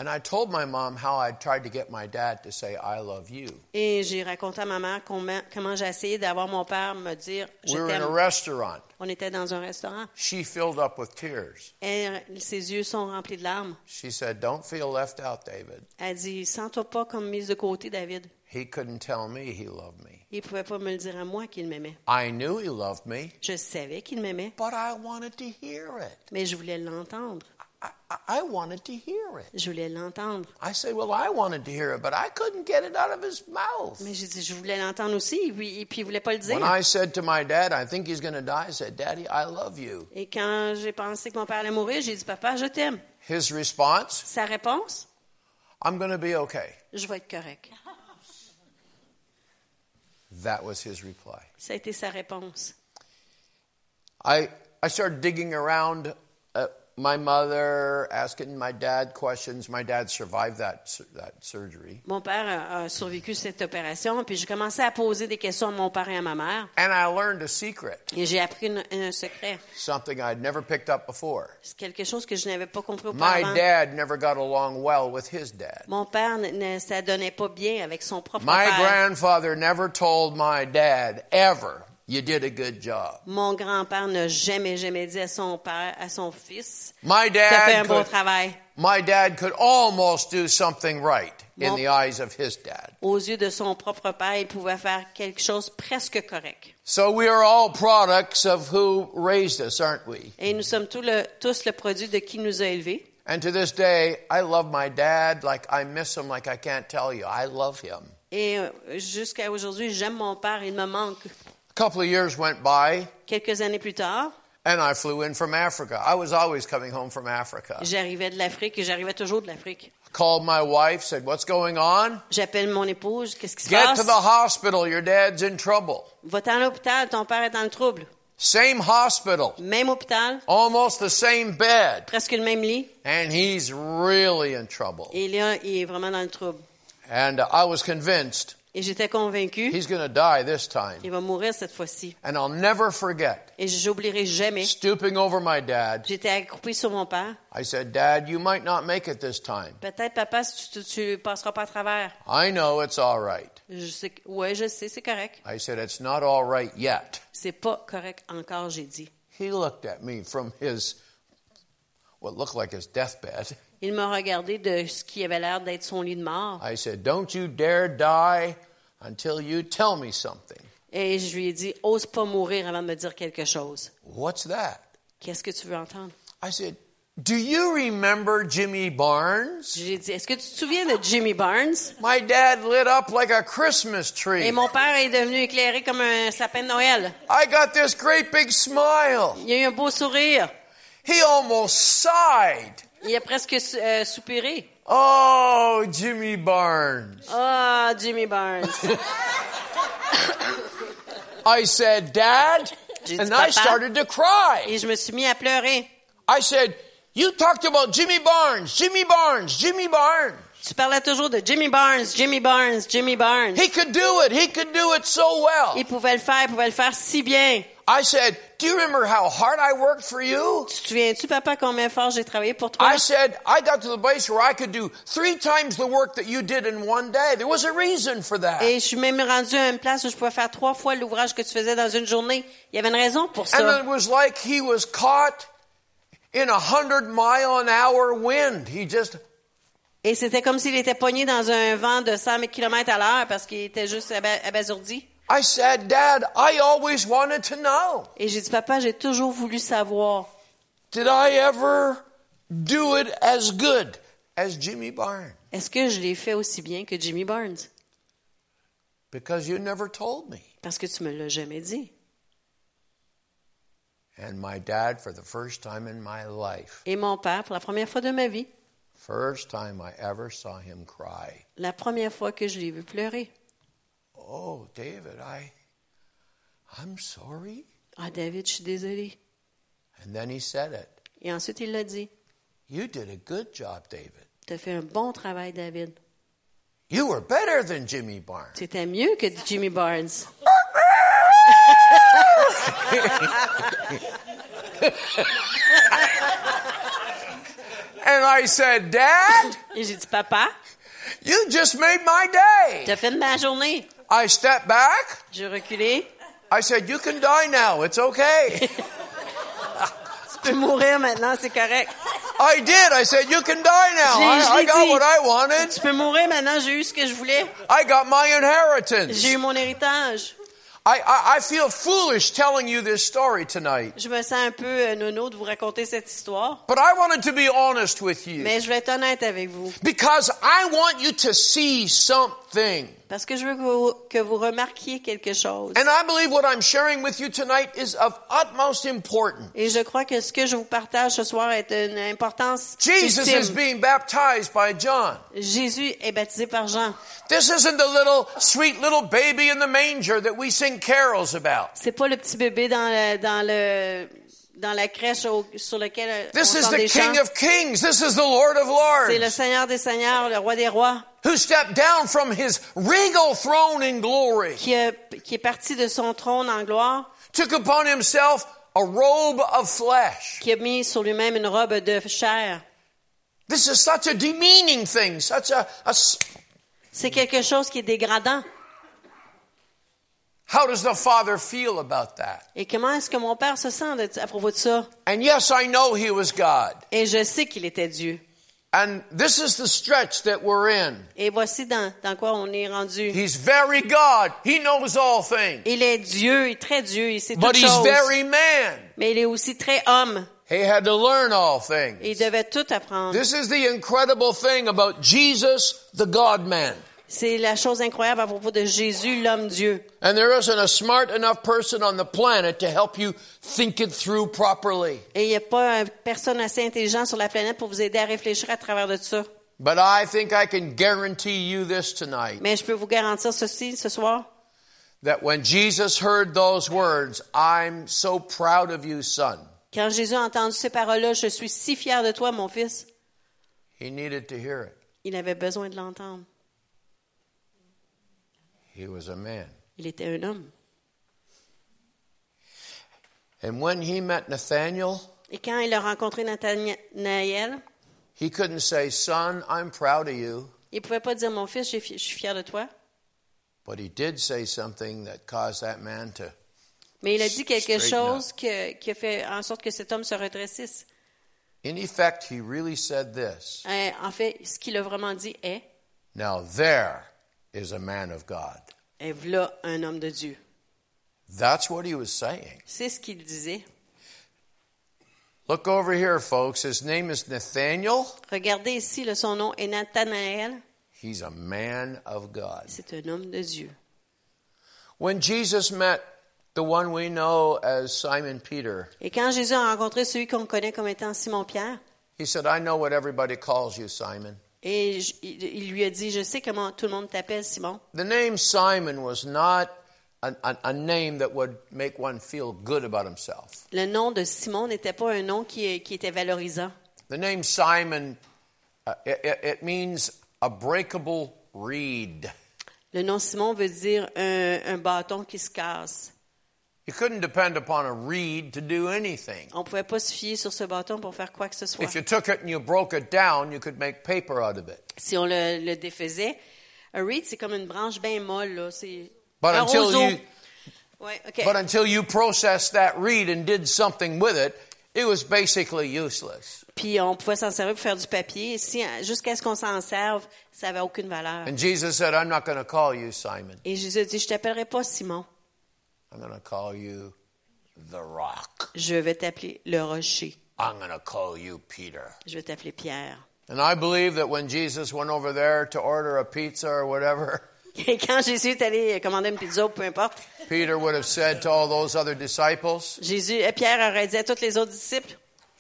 Speaker 2: And I told my mom how I tried to get my dad to say, I love you.
Speaker 3: Et j'ai raconté à ma mère comment, comment j'ai essayé d'avoir mon père me dire, je
Speaker 2: We were in a
Speaker 3: t'aime.
Speaker 2: restaurant.
Speaker 3: On était dans un restaurant.
Speaker 2: She filled up with tears.
Speaker 3: Elle- ses yeux sont remplis de larmes.
Speaker 2: She said, Don't feel left out, David.
Speaker 3: Elle dit, sens-toi pas comme mise de côté, David.
Speaker 2: He couldn't tell me he loved me.
Speaker 3: Il pouvait pas me le dire à moi qu'il m'aimait.
Speaker 2: I knew he loved me,
Speaker 3: Je savais qu'il m'aimait,
Speaker 2: but I wanted to hear it.
Speaker 3: mais je voulais l'entendre.
Speaker 2: I, I- I wanted to hear it.
Speaker 3: Je voulais l'entendre.
Speaker 2: I said, Well, I wanted to hear it, but I couldn't get it out of his mouth.
Speaker 3: Mais j'ai dit, je voulais l'entendre aussi, et puis, et puis il voulait pas le dire.
Speaker 2: When I said to my dad, I think he's going to die, I said, Daddy, I love you.
Speaker 3: Et quand j'ai pensé que mon père allait mourir, j'ai dit, papa, je t'aime.
Speaker 2: His response,
Speaker 3: Sa réponse,
Speaker 2: I'm going to be okay.
Speaker 3: je vais être correct.
Speaker 2: That was his reply.
Speaker 3: Ça a été sa réponse.
Speaker 2: I, I started digging around uh, my mother asking my dad questions. My dad survived that sur- that surgery,
Speaker 3: Mon père a, a survécu cette opération, puis j'ai commencé à poser des questions à mon père et à ma mère,
Speaker 2: and I learned a secret,
Speaker 3: et j'ai appris une- un secret.
Speaker 2: something I'd never picked up before.
Speaker 3: C'est quelque chose que je n'avais pas compris
Speaker 2: My
Speaker 3: auparavant.
Speaker 2: dad never got along well with his dad.
Speaker 3: Mon père ne, ne- ça donnait pas bien avec son propre
Speaker 2: My
Speaker 3: père.
Speaker 2: grandfather never told my dad ever, "You did a good job."
Speaker 3: Mon grand-père n'a jamais, jamais dit à son père, à son fils,
Speaker 2: My
Speaker 3: t'as fait un
Speaker 2: dad
Speaker 3: bon
Speaker 2: could,
Speaker 3: travail.
Speaker 2: my dad could almost do something right in
Speaker 3: Mon-
Speaker 2: the eyes of his dad.
Speaker 3: Aux yeux de son propre père, il pouvait faire quelque chose presque correct.
Speaker 2: So we are all products of who raised us, aren't we?
Speaker 3: Et nous sommes tous le, tous le produit de qui nous a élevés.
Speaker 2: And to this day, I love my dad like I miss him like I can't tell you. I love him.
Speaker 3: Et euh, jusqu'à aujourd'hui, j'aime mon père, il me manque.
Speaker 2: A couple of years went by
Speaker 3: Quelques années plus tard,
Speaker 2: and I flew in from Africa. I was always coming home from Africa.
Speaker 3: j'arrivais de l'Afrique et j'arrivais toujours de l'Afrique.
Speaker 2: Called my wife, said, "What's going on?
Speaker 3: J'appelle mon épouse, qu'est-ce qui se
Speaker 2: Get to
Speaker 3: passe?
Speaker 2: the hospital. Your dad's in trouble."
Speaker 3: Va-t'en à l'hôpital, ton père est dans le trouble.
Speaker 2: Same hospital,
Speaker 3: Même hôpital,
Speaker 2: almost the same bed,
Speaker 3: presque le même lit,
Speaker 2: and he's really in trouble.
Speaker 3: et là, il est vraiment dans le trouble.
Speaker 2: And I was convinced
Speaker 3: Et j'étais convaincue,
Speaker 2: he's going to die this time.
Speaker 3: il va mourir cette fois-ci.
Speaker 2: And I'll never forget
Speaker 3: Et j'oublierai jamais.
Speaker 2: stooping over my dad.
Speaker 3: J'étais accroupie sur mon père.
Speaker 2: I said, "Dad, you might not make it this time.
Speaker 3: Peut-être, papa, si tu, tu passeras pas à travers.
Speaker 2: I know it's all right."
Speaker 3: Je sais, que- ouais, je sais, c'est correct.
Speaker 2: I said, "It's not all right yet."
Speaker 3: C'est pas correct encore, j'ai dit.
Speaker 2: He looked at me from his what looked like his deathbed.
Speaker 3: Il m'a regardé de ce qui avait l'air d'être son lit de mort.
Speaker 2: I said, "Don't you dare die until you tell me something."
Speaker 3: Et je lui ai dit, ose pas mourir avant de me dire quelque chose.
Speaker 2: What's that?
Speaker 3: Qu'est-ce que tu veux entendre?
Speaker 2: I said, Do you remember Jimmy Barnes?
Speaker 3: J'ai dit, est-ce que tu te souviens de Jimmy Barnes?
Speaker 2: My dad lit up like a Christmas
Speaker 3: Et
Speaker 2: tree.
Speaker 3: mon père est devenu éclairé comme un sapin de Noël.
Speaker 2: I got this great big smile.
Speaker 3: Il a eu un beau sourire.
Speaker 2: He almost sighed.
Speaker 3: Il a presque sou- euh, soupiré.
Speaker 2: Oh, Jimmy Barnes.
Speaker 3: Ah, Jimmy Barnes.
Speaker 2: I said, Dad,
Speaker 3: Did
Speaker 2: and
Speaker 3: you,
Speaker 2: I
Speaker 3: Papa?
Speaker 2: started to cry.
Speaker 3: Et je me suis mis à pleurer.
Speaker 2: I said, You talked about Jimmy Barnes, Jimmy Barnes, Jimmy Barnes.
Speaker 3: Tu parlais toujours de Jimmy Barnes, Jimmy Barnes, Jimmy Barnes.
Speaker 2: He could do it. He could do it so well.
Speaker 3: Il pouvait le faire, il pouvait le faire si bien.
Speaker 2: I said, Do you remember how hard I worked for you?
Speaker 3: Tu te souviens-tu, papa, combien fort j'ai travaillé pour toi?
Speaker 2: I said, I got to the place where I could do three times the work that you did in one day. There was a reason for that.
Speaker 3: Et je suis même rendu à une place où je pouvais faire trois fois l'ouvrage que tu faisais dans une journée. Il y avait une raison pour
Speaker 2: And
Speaker 3: ça.
Speaker 2: it was like he was caught in a hundred mile an hour wind. He just,
Speaker 3: Et c'était comme s'il était pogné dans un vent de 100 km à l'heure parce qu'il était juste aba- abasourdi.
Speaker 2: I said, Dad, I always wanted to know.
Speaker 3: Et j'ai dit, papa, j'ai toujours voulu savoir.
Speaker 2: Did I ever do it as good as Jimmy Barnes?
Speaker 3: Est-ce que je l'ai fait aussi bien que Jimmy Barnes?
Speaker 2: Because you never told me.
Speaker 3: Parce que tu me l'as jamais dit.
Speaker 2: And my dad, for the first time in my life,
Speaker 3: Et mon père, pour la première fois de ma vie,
Speaker 2: first time I ever saw him cry,
Speaker 3: la première fois que je l'ai vu pleurer.
Speaker 2: Oh, David, I I'm sorry.
Speaker 3: Ah, David, je suis désolée.
Speaker 2: And then he said it.
Speaker 3: Et ensuite, il l'a dit.
Speaker 2: You did a good job, David.
Speaker 3: Tu as fait un bon travail, David.
Speaker 2: You were better than Jimmy Barnes.
Speaker 3: C'était mieux que Jimmy Barnes.
Speaker 2: And I said, Dad,
Speaker 3: Et j'ai dit, papa,
Speaker 2: you just made my day.
Speaker 3: t'as fait de ma journée.
Speaker 2: I stepped back.
Speaker 3: J'ai reculé.
Speaker 2: I said, You can die now. It's okay.
Speaker 3: Tu peux mourir maintenant, c'est correct.
Speaker 2: I did. I said, You can die now.
Speaker 3: J'ai-
Speaker 2: I,
Speaker 3: je
Speaker 2: I
Speaker 3: l'ai
Speaker 2: got
Speaker 3: dit.
Speaker 2: what I wanted.
Speaker 3: Tu peux mourir maintenant, j'ai eu ce que je voulais.
Speaker 2: I got my inheritance.
Speaker 3: J'ai eu mon héritage.
Speaker 2: I, I, I feel foolish telling you this story tonight.
Speaker 3: Je me sens un peu euh, nono de vous raconter cette histoire,
Speaker 2: But I wanted to be honest with you.
Speaker 3: mais je vais être honnête avec vous
Speaker 2: Because I want you to see something.
Speaker 3: parce que je veux que vous, que vous remarquiez quelque chose.
Speaker 2: And I believe what I'm sharing with you tonight is of utmost importance.
Speaker 3: Et je crois que ce que je vous partage ce soir est d'une importance
Speaker 2: Jesus is
Speaker 3: ultime.
Speaker 2: being baptized by John.
Speaker 3: Jésus est baptisé par Jean.
Speaker 2: This isn't the little, sweet little baby in the manger that we sing carols about.
Speaker 3: C'est pas le petit bébé dans le, dans le dans la crèche au- sur laquelle on
Speaker 2: This is
Speaker 3: chante
Speaker 2: the
Speaker 3: des chants.
Speaker 2: King of Kings. This is the Lord of
Speaker 3: C'est le
Speaker 2: Lords
Speaker 3: Seigneur des Seigneurs, le Roi des Rois,
Speaker 2: who stepped down from his regal throne in glory,
Speaker 3: qui, a- qui est parti de son trône en gloire,
Speaker 2: took upon himself a robe of flesh.
Speaker 3: qui a mis sur lui-même une robe de chair.
Speaker 2: This is such a demeaning thing, such a, a s-
Speaker 3: C'est quelque chose qui est dégradant.
Speaker 2: how does the father feel about that?
Speaker 3: Et comment est-ce que mon père se sent de- à propos de ça?
Speaker 2: And yes, I know he was God.
Speaker 3: Et je sais qu'il était Dieu.
Speaker 2: And this is the stretch that we're in.
Speaker 3: Et voici dans, dans quoi on est rendu.
Speaker 2: He's very God. He knows all things.
Speaker 3: Il est Dieu, il est très Dieu, il sait toutes
Speaker 2: But he's
Speaker 3: choses.
Speaker 2: very man.
Speaker 3: Mais il est aussi très homme.
Speaker 2: He had to learn all things.
Speaker 3: Et il devait tout apprendre.
Speaker 2: This is the incredible thing about Jesus, the God man.
Speaker 3: C'est la chose incroyable à propos de Jésus, l'homme-dieu.
Speaker 2: And there isn't a smart enough person on the planet to help you think it through properly.
Speaker 3: Et il n'y a pas euh, personne assez intelligent sur la planète pour vous aider à réfléchir à travers de ça.
Speaker 2: But I think I can guarantee you this tonight
Speaker 3: Mais je peux vous garantir ceci ce soir.
Speaker 2: that when Jesus heard those words, I'm so proud of you, son,
Speaker 3: Quand Jésus a entendu ces paroles-là, je suis si fier de toi, mon fils.
Speaker 2: he needed to hear it.
Speaker 3: Il avait besoin de l'entendre.
Speaker 2: He was a man.
Speaker 3: Il était un homme.
Speaker 2: And when he met Nathanael,
Speaker 3: Et quand il a rencontré Nathanaël,
Speaker 2: he couldn't say, Son, I'm proud of you.
Speaker 3: il ne pouvait pas dire Mon fils, j'ai fi- je suis fier de toi.
Speaker 2: But he did say something that caused that man to.
Speaker 3: Mais il a dit quelque
Speaker 2: Straighten
Speaker 3: chose que- qui a fait en sorte que cet homme se redressisse.
Speaker 2: In effect, he really said this
Speaker 3: Euh, en fait, ce qu'il a vraiment dit est
Speaker 2: Now there is a man of God.
Speaker 3: Et voilà un homme de Dieu.
Speaker 2: That's what he was saying.
Speaker 3: C'est ce qu'il disait.
Speaker 2: Look over here, folks. His name is Nathaniel.
Speaker 3: Regardez ici, là, son nom est Nathanaël.
Speaker 2: He's a man of God.
Speaker 3: C'est un homme de Dieu.
Speaker 2: When Jesus met the one we know as Simon Peter,
Speaker 3: Et quand Jésus a rencontré celui qu'on connaît comme étant Simon-Pierre,
Speaker 2: he said, I know what everybody calls you, Simon.
Speaker 3: et j- il il lui a dit, je sais comment tout le monde t'appelle Simon.
Speaker 2: The name Simon was not a, a, a name that would make one feel good about himself.
Speaker 3: Le nom de Simon n'était pas un nom qui, qui était valorisant.
Speaker 2: The name Simon, uh, it, it- it means a breakable reed.
Speaker 3: Le nom Simon veut dire un, un bâton qui se casse.
Speaker 2: You couldn't depend upon a reed to do anything.
Speaker 3: On pouvait pas se fier sur ce bâton pour faire quoi que ce soit.
Speaker 2: If you took it and you broke it down, you could make paper out of it.
Speaker 3: Si on le, le défaisait, un reed, c'est comme une branche bien molle. Là. C'est
Speaker 2: But
Speaker 3: un
Speaker 2: until
Speaker 3: roseau.
Speaker 2: you-
Speaker 3: Ouais, OK.
Speaker 2: But until you processed that reed and did something with it, it was basically useless.
Speaker 3: Puis on pouvait s'en servir pour faire du papier. Si, jusqu'à ce qu'on s'en serve, ça n'avait aucune valeur.
Speaker 2: And Jesus said, I'm not going to call you Simon.
Speaker 3: Et Jésus a dit, je t'appellerai pas Simon,
Speaker 2: I'm going to call you the rock.
Speaker 3: je vais t'appeler le rocher,
Speaker 2: I'm going to call you Peter.
Speaker 3: je vais t'appeler Pierre. [laughs]
Speaker 2: And I believe that when Jesus went over there to order a pizza or whatever, [laughs]
Speaker 3: Et quand Jésus est allé commander une pizza, ou peu importe,
Speaker 2: Peter would have said to all those other disciples,
Speaker 3: Jésus, euh, Pierre aurait dit à tous les autres disciples,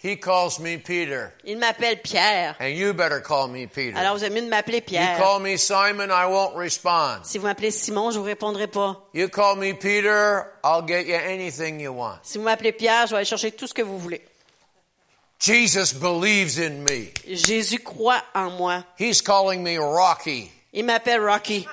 Speaker 2: He calls me Peter,
Speaker 3: il m'appelle Pierre.
Speaker 2: and you better call me Peter.
Speaker 3: Alors vous avez mieux de m'appeler
Speaker 2: you
Speaker 3: Pierre.
Speaker 2: call me Simon, I won't respond.
Speaker 3: Si vous m'appelez Simon, je vous répondrai pas.
Speaker 2: You call me Peter, I'll get you anything you want.
Speaker 3: Si vous m'appelez Pierre, je vais aller chercher tout ce que vous voulez.
Speaker 2: Jesus believes in me.
Speaker 3: Jésus croit en moi.
Speaker 2: He's calling me Rocky.
Speaker 3: Il m'appelle Rocky.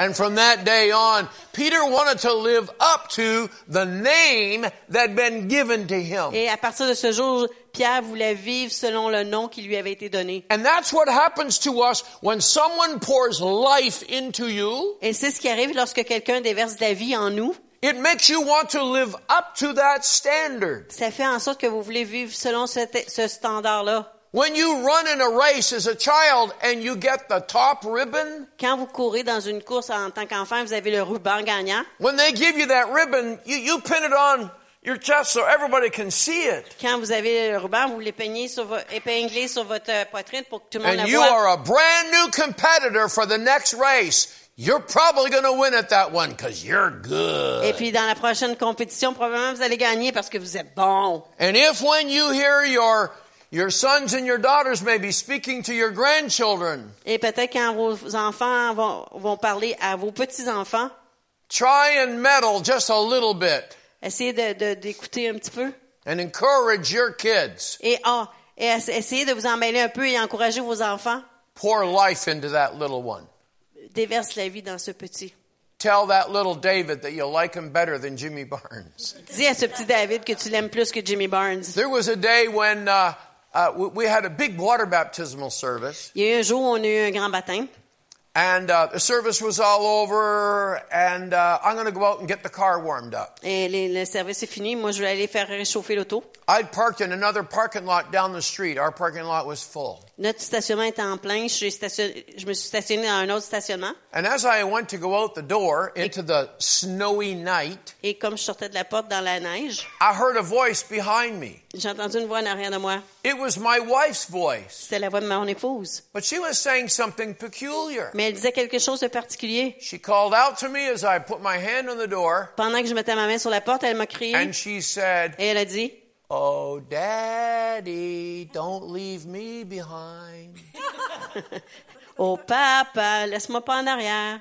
Speaker 2: And from that day on, Peter wanted to live up to the name that had been given to him.
Speaker 3: Et à partir de ce jour, Pierre voulait vivre selon le nom qui lui avait été donné.
Speaker 2: And that's what happens to us when someone pours life into you.
Speaker 3: Et c'est ce qui arrive lorsque quelqu'un déverse de la vie en nous.
Speaker 2: It makes you want to live up to that standard.
Speaker 3: Ça fait en sorte que vous voulez vivre selon cet- ce, standard-là.
Speaker 2: When you run in a race as a child and you get the top ribbon,
Speaker 3: Quand vous courez dans une course en tant qu'enfant, vous avez le ruban gagnant.
Speaker 2: when they give you that ribbon, you, you pin it on your chest so everybody can see it.
Speaker 3: Quand vous avez le ruban, vous l'épeignez sur vo- épinglez sur votre euh, poitrine pour que tout le monde
Speaker 2: And
Speaker 3: le
Speaker 2: you
Speaker 3: voit.
Speaker 2: are a brand new competitor for the next race. You're probably going to win at that one because you're
Speaker 3: Et
Speaker 2: good.
Speaker 3: puis dans la prochaine compétition, probablement vous allez gagner parce que vous êtes bon.
Speaker 2: And if when you hear your, your sons and your daughters maybe speaking to your grandchildren,
Speaker 3: Et peut-être quand vos enfants vont, vont parler à vos petits enfants,
Speaker 2: try and meddle just a little bit.
Speaker 3: essayez de de- d'écouter un petit peu.
Speaker 2: and encourage your kids.
Speaker 3: Et, ah, et ess- essayez de vous emmêler un peu et encourager vos enfants.
Speaker 2: Pour life into that little one.
Speaker 3: Déverse la vie dans ce petit.
Speaker 2: Tell that little David that you like him better than Jimmy [laughs] Barnes.
Speaker 3: Dis à ce petit David que tu l'aimes plus que Jimmy Barnes.
Speaker 2: There was a day when uh, uh, we, we had a big water baptismal service,
Speaker 3: Il y a eu un jour où on a eu un grand baptême.
Speaker 2: and uh, the service was all over, and uh, I'm going to go out and get the car warmed up.
Speaker 3: Et les- le service est fini. Moi, je voulais aller faire réchauffer l'auto.
Speaker 2: I'd parked in another parking lot down the street. Our parking lot was full.
Speaker 3: Notre stationnement était en plein. Je, suis station- je me suis stationnée dans un autre stationnement.
Speaker 2: And as I went to go out the door into the snowy night,
Speaker 3: Et comme je sortais de la porte dans la neige,
Speaker 2: I heard a voice behind me.
Speaker 3: j'ai entendu une voix en arrière de moi.
Speaker 2: It was my wife's voice,
Speaker 3: C'était la voix de mon épouse.
Speaker 2: but she was saying something peculiar.
Speaker 3: Mais elle disait quelque chose de particulier.
Speaker 2: She called out to me as I put my hand on the door,
Speaker 3: Pendant que je mettais ma main sur la porte, elle m'a crié.
Speaker 2: and she said,
Speaker 3: Et elle a dit,
Speaker 2: Oh, Daddy, don't leave me behind.
Speaker 3: Oh papa, laisse-moi pas en arrière.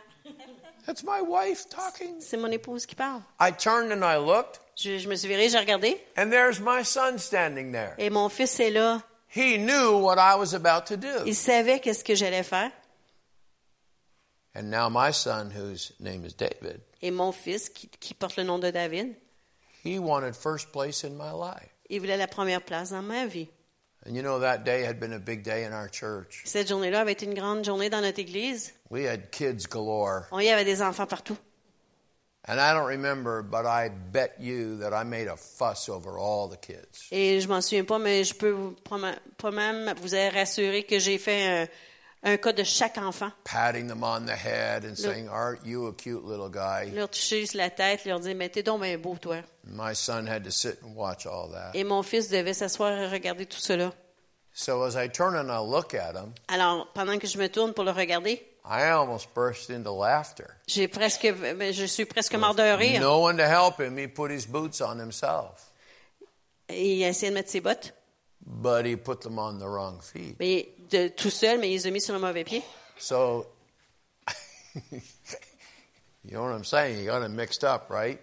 Speaker 2: That's my wife talking.
Speaker 3: C'est mon épouse qui parle.
Speaker 2: I turned and I looked,
Speaker 3: Je, je me suis virée, j'ai regardé.
Speaker 2: and there's my son standing there.
Speaker 3: Et mon fils est là.
Speaker 2: He knew what I was about to do.
Speaker 3: Il savait qu'est-ce que j'allais faire.
Speaker 2: And now my son, whose name is David,
Speaker 3: Et mon fils, qui, qui porte le nom de David,
Speaker 2: he wanted first place in my life.
Speaker 3: il voulait la première place dans ma vie.
Speaker 2: And you know, that day had been a big day in our church.
Speaker 3: Cette journée-là avait été une grande journée dans notre église.
Speaker 2: We had kids galore.
Speaker 3: On y avait des enfants partout.
Speaker 2: And I don't remember, but I bet you that I made a fuss over all the kids.
Speaker 3: Et je m'en souviens pas, mais je peux vous, proba- probablement vous rassurer que j'ai fait un, un cas de chaque enfant.
Speaker 2: Patting them on the head and saying, Aren't you a cute little guy?
Speaker 3: Leur toucher sur la tête, leur dire, mais t'es donc bien beau, toi.
Speaker 2: My son had to sit and watch all that.
Speaker 3: Et mon fils devait s'asseoir et regarder tout cela.
Speaker 2: So as I turn and I look at him,
Speaker 3: Alors, pendant que je me tourne pour le regarder,
Speaker 2: I almost burst into laughter.
Speaker 3: j'ai presque, ben, je suis presque mort de rire.
Speaker 2: No one to help him, he put his boots on himself.
Speaker 3: Et il a essayé de mettre ses bottes,
Speaker 2: But he put them on the wrong feet.
Speaker 3: mais de, tout seul, mais il les a mis sur le mauvais pied.
Speaker 2: So, [laughs] you know what I'm saying? You got him mixed up, right?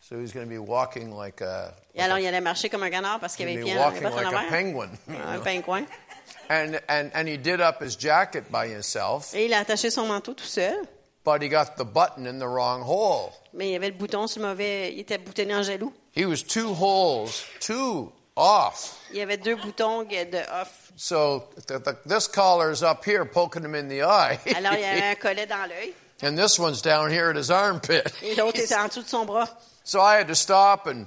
Speaker 2: So he's going to be walking like a,
Speaker 3: Et alors, il allait marcher comme un canard parce qu'il
Speaker 2: he's
Speaker 3: avait les
Speaker 2: gonna
Speaker 3: pieds
Speaker 2: be
Speaker 3: en les
Speaker 2: walking
Speaker 3: bottes en
Speaker 2: like a penguin.
Speaker 3: envers.
Speaker 2: [laughs] you
Speaker 3: Un
Speaker 2: know?
Speaker 3: pingouin.
Speaker 2: And, and, and he did up his jacket by himself,
Speaker 3: Et il a attaché son manteau tout seul,
Speaker 2: but he got the button in the wrong hole.
Speaker 3: mais il y avait le bouton sur le mauvais, il était boutonné en jaloux.
Speaker 2: He was two holes, two off.
Speaker 3: Il y avait deux boutons de off.
Speaker 2: So the, the, this collar's up here poking him in the [laughs] eye,
Speaker 3: Alors, il y [laughs] avait un collet dans l'œil,
Speaker 2: and this one's down here at his armpit.
Speaker 3: et l'autre était en dessous de son bras.
Speaker 2: [laughs] So I had to stop and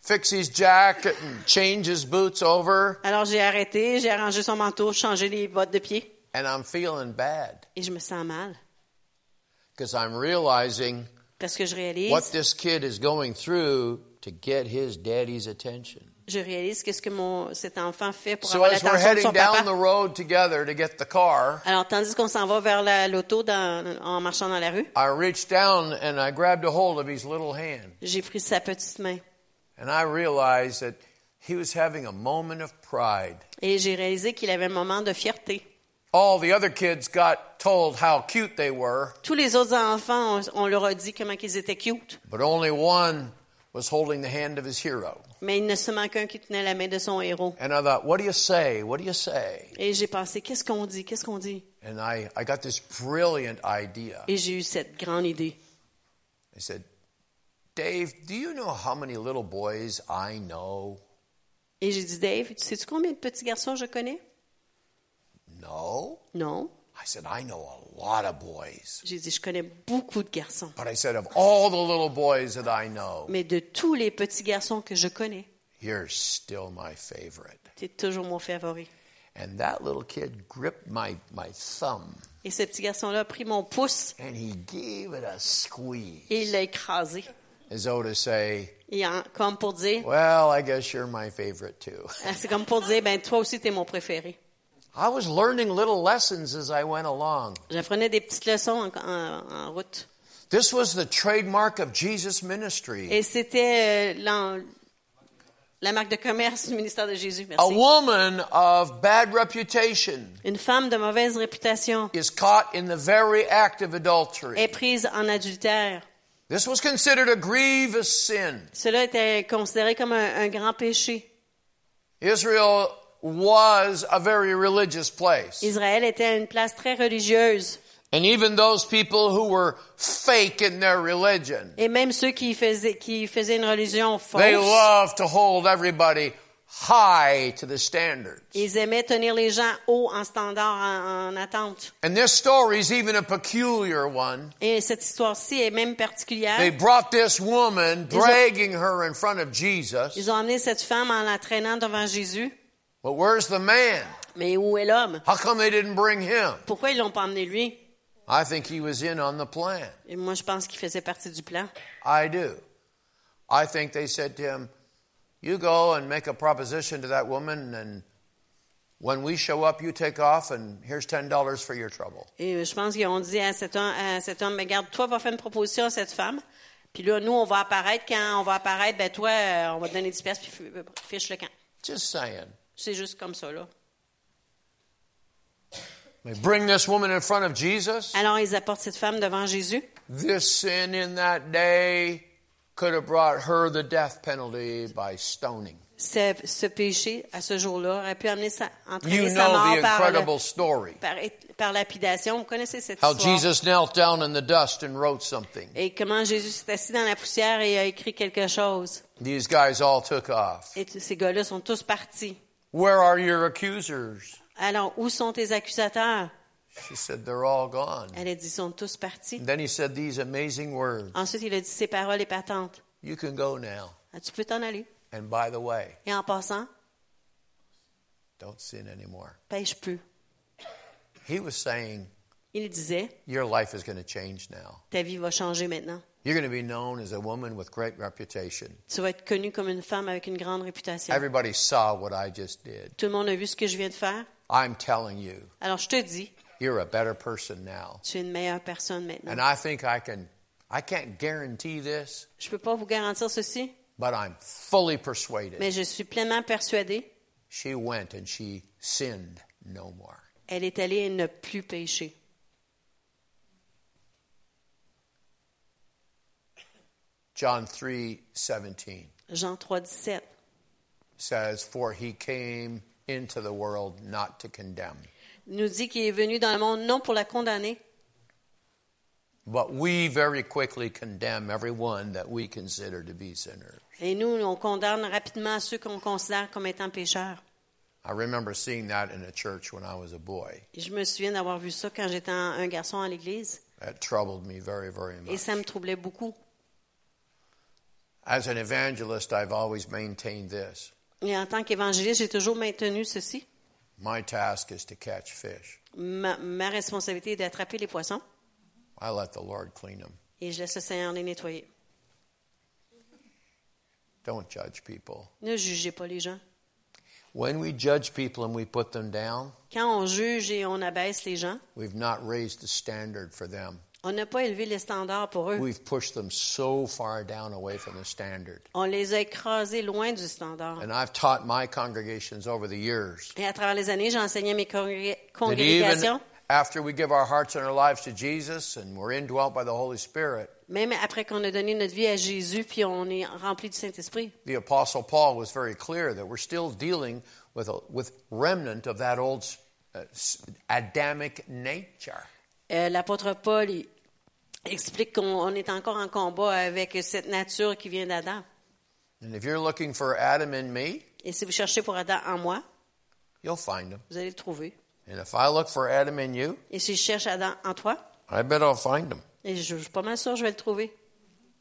Speaker 2: fix his jacket and change his boots over,
Speaker 3: Alors, j'ai arrêté, j'ai arrangé son manteau, changé les bottes de pied,
Speaker 2: and I'm feeling bad
Speaker 3: et je me sens mal
Speaker 2: because I'm realizing
Speaker 3: parce que je réalise.
Speaker 2: what this kid is going through to get his daddy's attention.
Speaker 3: je réalise qu'est-ce que mon, cet enfant fait pour
Speaker 2: So
Speaker 3: avoir
Speaker 2: as we're
Speaker 3: l'attention de
Speaker 2: heading
Speaker 3: son
Speaker 2: down the
Speaker 3: papa.
Speaker 2: road together to get the car,
Speaker 3: Alors, tandis qu'on s'en va vers la- l'auto dans- en marchant dans la rue,
Speaker 2: I reached down and I grabbed a hold of his little hand,
Speaker 3: j'ai pris sa petite main
Speaker 2: and I realized that he was having a moment of pride.
Speaker 3: et j'ai réalisé qu'il avait un moment de fierté.
Speaker 2: All the other kids got told how cute they were,
Speaker 3: Tous les autres enfants, on, on leur a dit comment qu'ils étaient cute,
Speaker 2: but only one was holding the hand of his hero.
Speaker 3: mais il ne se manque qu'un qui tenait la main de son héros.
Speaker 2: And I thought, what do you say? What do you say?
Speaker 3: Et j'ai pensé, qu'est-ce qu'on dit, qu'est-ce qu'on dit?
Speaker 2: And I, I got this brilliant idea.
Speaker 3: Et j'ai eu cette grande idée.
Speaker 2: I said, Dave, do you know how many little boys I know?
Speaker 3: Et j'ai dit, Dave, sais-tu combien de petits garçons je connais?
Speaker 2: No.
Speaker 3: Non.
Speaker 2: I said, I know a lot of boys.
Speaker 3: J'ai dit, je connais beaucoup de garçons.
Speaker 2: But I said, of all the little boys that I know,
Speaker 3: Mais de tous les petits garçons que je connais,
Speaker 2: you're still my favorite.
Speaker 3: t'es toujours mon favori.
Speaker 2: And that little kid gripped my, my thumb
Speaker 3: Et ce petit garçon-là a pris mon pouce
Speaker 2: and he gave it a squeeze
Speaker 3: et il l'a écrasé.
Speaker 2: as though to say,
Speaker 3: Et en- comme pour dire,
Speaker 2: Well, I guess you're my favorite too.
Speaker 3: Ah, c'est comme pour dire, ben toi aussi t'es mon préféré.
Speaker 2: I was learning little lessons as I went along.
Speaker 3: J'apprenais des petites leçons en, en- en route.
Speaker 2: This was the trademark of Jesus' ministry.
Speaker 3: Et c'était euh, l'en- la marque de commerce du ministère de Jésus. Merci.
Speaker 2: A woman of bad reputation
Speaker 3: Une femme de mauvaise réputation
Speaker 2: is caught in the very act of adultery.
Speaker 3: est prise en adultère.
Speaker 2: This was considered a grievous sin.
Speaker 3: Cela était considéré comme un, un grand péché.
Speaker 2: Israel was a very religious place.
Speaker 3: Israël était une place très religieuse.
Speaker 2: And even those people who were fake in their religion,
Speaker 3: Et même ceux qui faisaient, qui faisaient une religion
Speaker 2: they
Speaker 3: fausse,
Speaker 2: love to hold everybody high to the standards.
Speaker 3: ils aimaient tenir les gens haut en standard, en, en attente.
Speaker 2: And this story is even a peculiar one.
Speaker 3: Et cette histoire-ci est même particulière.
Speaker 2: They brought this woman,
Speaker 3: ont-
Speaker 2: dragging her in front of Jesus.
Speaker 3: Ils ont amené cette femme en la traînant devant Jésus.
Speaker 2: But where's the man?
Speaker 3: Mais où est l'homme?
Speaker 2: How come they didn't bring him?
Speaker 3: Pourquoi ils l'ont pas emmené lui?
Speaker 2: I think he was in on the plan.
Speaker 3: Et moi, je pense qu'il faisait partie du plan.
Speaker 2: I do. I think they said to him, You go and make a proposition to that woman, and when we show up, you take off, and here's $10 for your trouble.
Speaker 3: Et euh, je pense qu'ils ont dit à cet homme, à cet homme, regarde, toi, va faire une proposition à cette femme. Puis là, nous, on va apparaître. Quand on va apparaître, ben toi, euh, on va te donner 10 piastres, puis fi- euh, fiche le camp.
Speaker 2: Just saying.
Speaker 3: C'est juste comme ça, là.
Speaker 2: They bring this woman in front of Jesus.
Speaker 3: Alors, ils apportent cette femme devant Jésus.
Speaker 2: This sin in that day could have brought her the death penalty by stoning.
Speaker 3: Ce, ce péché, à ce jour-là, aurait pu amener sa, entraîner
Speaker 2: You
Speaker 3: sa
Speaker 2: know
Speaker 3: mort
Speaker 2: the
Speaker 3: par, le-
Speaker 2: incredible story
Speaker 3: par, par lapidation. Vous connaissez cette
Speaker 2: how
Speaker 3: histoire.
Speaker 2: Jesus knelt down in the dust and wrote something.
Speaker 3: Et comment Jésus s'est assis dans la poussière et a écrit quelque chose.
Speaker 2: These guys all took off.
Speaker 3: Et tous ces gars-là sont tous partis.
Speaker 2: Where are your accusers?
Speaker 3: Alors, où sont tes accusateurs?
Speaker 2: She said, They're all gone.
Speaker 3: Elle a dit, ils sont tous partis.
Speaker 2: And then he said these amazing words
Speaker 3: Ensuite, il a dit ces paroles épatantes.
Speaker 2: You can go now.
Speaker 3: Ah, Tu peux t'en aller.
Speaker 2: And by the way,
Speaker 3: Et en passant,
Speaker 2: don't sin anymore.
Speaker 3: pêche plus.
Speaker 2: He was saying,
Speaker 3: Il disait,
Speaker 2: Your life is going to change now.
Speaker 3: ta vie va changer maintenant.
Speaker 2: You're going to be known as a woman with great reputation.
Speaker 3: Tu vas être connue comme une femme avec une grande réputation.
Speaker 2: Everybody saw what I just did.
Speaker 3: Tout le monde a vu ce que je viens de faire.
Speaker 2: I'm telling you,
Speaker 3: Alors, je te dis,
Speaker 2: you're a better person now.
Speaker 3: tu es une meilleure personne maintenant.
Speaker 2: And I think I can, I can't guarantee this,
Speaker 3: Je peux pas vous garantir ceci,
Speaker 2: but I'm fully persuaded.
Speaker 3: mais je suis pleinement persuadée,
Speaker 2: She went and she sinned no more.
Speaker 3: elle est allée et n'a plus péché.
Speaker 2: John 3 17.
Speaker 3: Jean 3, 17.
Speaker 2: says, For he came into the world not to condemn,
Speaker 3: Il nous dit qu'il est venu dans le monde non pour la condamner,
Speaker 2: but we very quickly condemn everyone that we consider to be sinners.
Speaker 3: Et nous, on condamne rapidement ceux qu'on considère comme étant pécheurs.
Speaker 2: I remember seeing that in a church when I was a boy.
Speaker 3: Et je me souviens d'avoir vu ça quand j'étais un un garçon à l'église.
Speaker 2: That troubled me very, very
Speaker 3: Et
Speaker 2: much.
Speaker 3: ça me troublait beaucoup.
Speaker 2: As an evangelist, I've always maintained this
Speaker 3: Et en tant qu'évangéliste, j'ai toujours maintenu ceci.
Speaker 2: my task is to catch fish.
Speaker 3: Ma, ma responsabilité est d'attraper les poissons
Speaker 2: I let the Lord clean them.
Speaker 3: et je laisse le Seigneur les nettoyer.
Speaker 2: Don't judge people.
Speaker 3: Ne jugez pas les gens.
Speaker 2: When we judge people and we put them down,
Speaker 3: Quand on juge et on abaisse les gens,
Speaker 2: we've not raised the standard for them.
Speaker 3: on n'a pas élevé les standards pour eux.
Speaker 2: We've pushed them so far down away from the standard.
Speaker 3: On les a écrasés loin du standard.
Speaker 2: And I've taught my congregations over the years
Speaker 3: Et à travers les années, j'ai enseigné à mes congré-
Speaker 2: that even
Speaker 3: congrégations.
Speaker 2: after we give our hearts and our lives to Jesus and we're indwelt by the Holy Spirit,
Speaker 3: Même après qu'on a donné notre vie à Jésus, puis on est rempli du Saint-Esprit.
Speaker 2: the Apostle Paul was very clear that we're still dealing with a with remnant of that old uh, s- Adamic nature.
Speaker 3: Euh, L'apôtre Paul il explique qu'on on est encore en combat avec cette nature qui vient d'Adam.
Speaker 2: And if you're looking for Adam in me,
Speaker 3: Et si vous cherchez pour Adam en moi,
Speaker 2: you'll find him.
Speaker 3: vous allez le trouver.
Speaker 2: And if I look for Adam in you,
Speaker 3: Et si je cherche Adam en toi,
Speaker 2: I bet I'll find him.
Speaker 3: et je, je suis pas mal sûr que je vais le trouver.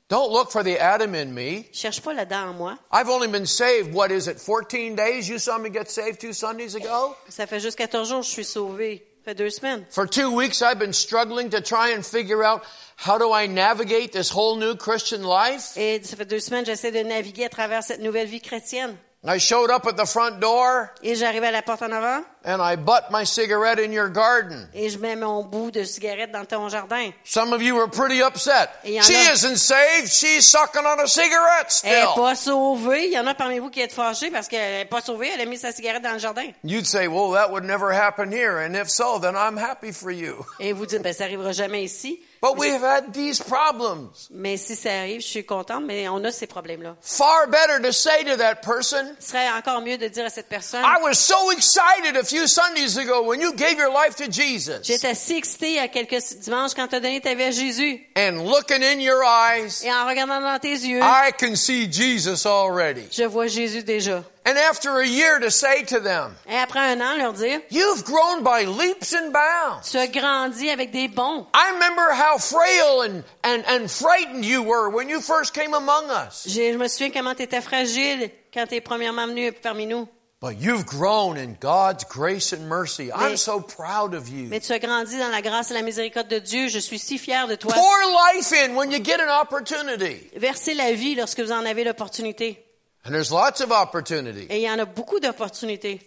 Speaker 2: Don't look for the Adam in me.
Speaker 3: Je cherche pas l'Adam en moi.
Speaker 2: I've only been saved, what is it, 14 days? You saw me get saved two Sundays ago?
Speaker 3: Ça fait juste 14 jours que je suis sauvé. Ça fait deux semaines.
Speaker 2: For two weeks, I've been struggling to try and figure out how do I navigate this whole new Christian life.
Speaker 3: Et ça fait deux semaines j'essaie de naviguer à travers cette nouvelle vie chrétienne.
Speaker 2: I showed up at the front door
Speaker 3: Et j'arrive à la porte en avant.
Speaker 2: and I butt my cigarette in your garden.
Speaker 3: et je mets mon bout de cigarette dans ton jardin.
Speaker 2: Some of you were pretty upset.
Speaker 3: Et il y en
Speaker 2: She
Speaker 3: a-
Speaker 2: isn't saved. She's sucking on a cigarette
Speaker 3: Elle n'est
Speaker 2: still.
Speaker 3: pas sauvée. Il y en a parmi vous qui êtes fâchés parce qu'elle n'est pas sauvée. Elle a mis sa cigarette dans le jardin.
Speaker 2: You'd say, well, that would never happen here. And if so, then I'm happy for you.
Speaker 3: Et vous dites, ben, ça arrivera jamais ici.
Speaker 2: But we have had these problems.
Speaker 3: Mais si ça arrive, je suis contente, mais on a ces problèmes-là.
Speaker 2: Far better to say to that person,
Speaker 3: Ce serait encore mieux de dire à cette personne,
Speaker 2: I was so excited a few Sundays ago when you gave your life to Jesus.
Speaker 3: j'étais si excitée à quelques dimanches quand tu as donné ta vie à Jésus.
Speaker 2: And looking in your eyes,
Speaker 3: Et en regardant dans tes yeux,
Speaker 2: I can see Jesus already.
Speaker 3: je vois Jésus déjà.
Speaker 2: And after a year to say to them,
Speaker 3: Et après un an, leur dire,
Speaker 2: you've grown by leaps and bounds.
Speaker 3: tu as grandi avec des bons.
Speaker 2: I remember how frail and, and, and frightened you were when you first came among us.
Speaker 3: J'ai- Je me souviens comment tu étais fragile quand tu es premièrement venu parmi nous.
Speaker 2: But you've grown in God's grace and mercy. I'm so proud of you.
Speaker 3: Mais tu as grandi dans la grâce et la miséricorde de Dieu. Je suis si fière de toi.
Speaker 2: Pour life in when you get an opportunity.
Speaker 3: Versez la vie lorsque vous en avez l'opportunité.
Speaker 2: And there's lots of opportunity.
Speaker 3: Et il y en a beaucoup d'opportunités.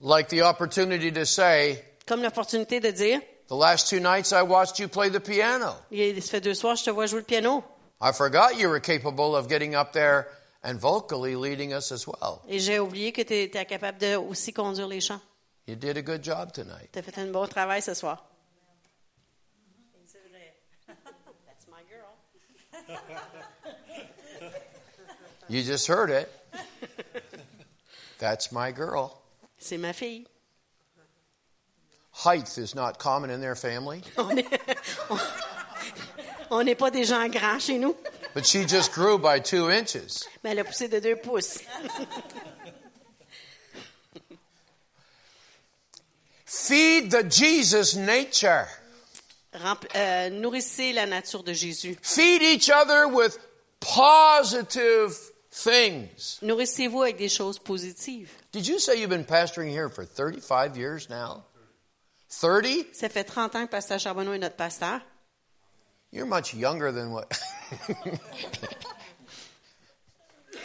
Speaker 2: Like the opportunity to say,
Speaker 3: Comme l'opportunité de dire,
Speaker 2: The last two nights I watched you play the piano.
Speaker 3: il se fait deux soirs, je te vois jouer le piano.
Speaker 2: I forgot you were capable of getting up there and vocally leading us as well.
Speaker 3: Et j'ai oublié que tu étais capable de aussi conduire les chants.
Speaker 2: You did a good job tonight.
Speaker 3: Tu as fait un bon travail ce soir. C'est vrai. [laughs] That's my girl.
Speaker 2: You just heard it. [laughs] That's my girl.
Speaker 3: C'est ma fille.
Speaker 2: Height is not common in their family,
Speaker 3: On est- on n'est pas des gens grands chez nous,
Speaker 2: but she just grew by two inches.
Speaker 3: mais elle a poussé de deux pouces.
Speaker 2: Feed the Jesus nature.
Speaker 3: Rempl- euh, nourrissez la nature de Jésus.
Speaker 2: Feed each other with positive things.
Speaker 3: Nourrissez-vous avec des choses positives.
Speaker 2: Did you say you've been pastoring here for 35 years now? 30?
Speaker 3: Ça fait 30 ans que Pasteur Charbonneau est notre pasteur.
Speaker 2: You're much younger than what. [laughs]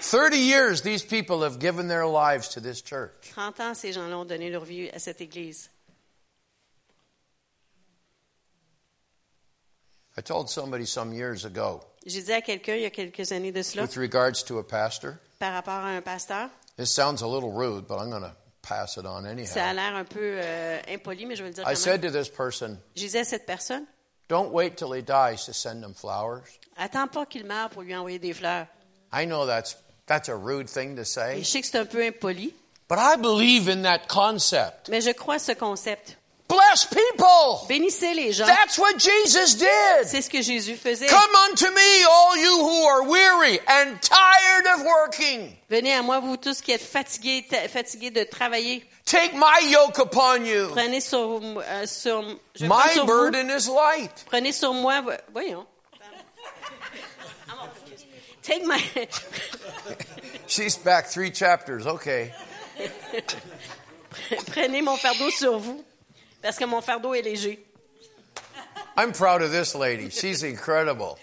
Speaker 2: 30 years these people have given their lives to this church.
Speaker 3: 30 ans, ces gens-là ont donné leur vie à cette Église.
Speaker 2: I told somebody some years ago
Speaker 3: J'ai dit à quelqu'un il y a quelques années de cela,
Speaker 2: with regards to a pastor.
Speaker 3: par rapport à un pasteur,
Speaker 2: This sounds a little rude, but I'm going to pass it on
Speaker 3: ça a
Speaker 2: anyhow.
Speaker 3: l'air un peu euh, impoli, mais je vais le dire
Speaker 2: I
Speaker 3: quand même.
Speaker 2: said to this person,
Speaker 3: Je disais à cette personne,
Speaker 2: Don't wait till he dies to send him flowers.
Speaker 3: attends pas qu'il meure pour lui envoyer des fleurs.
Speaker 2: I know that's, that's a rude thing to
Speaker 3: Et
Speaker 2: say,
Speaker 3: je sais que c'est un peu impoli,
Speaker 2: but I believe in that concept.
Speaker 3: mais je crois à ce concept.
Speaker 2: Bless people!
Speaker 3: Bénissez les gens.
Speaker 2: That's what Jesus did!
Speaker 3: C'est ce que Jésus faisait.
Speaker 2: Come unto me, all you who are weary and tired of working.
Speaker 3: Venez à moi, vous tous qui êtes fatigués, ta- fatigués de travailler.
Speaker 2: Take my yoke upon you.
Speaker 3: Prenez sur, euh, sur, je vais prendre
Speaker 2: My
Speaker 3: sur vous.
Speaker 2: burden is light.
Speaker 3: Prenez sur moi, vo- voyons. Take my, [laughs]
Speaker 2: She's back three chapters. Okay.
Speaker 3: prenez mon fardeau sur vous, parce que mon fardeau est léger.
Speaker 2: I'm proud of this lady. She's incredible.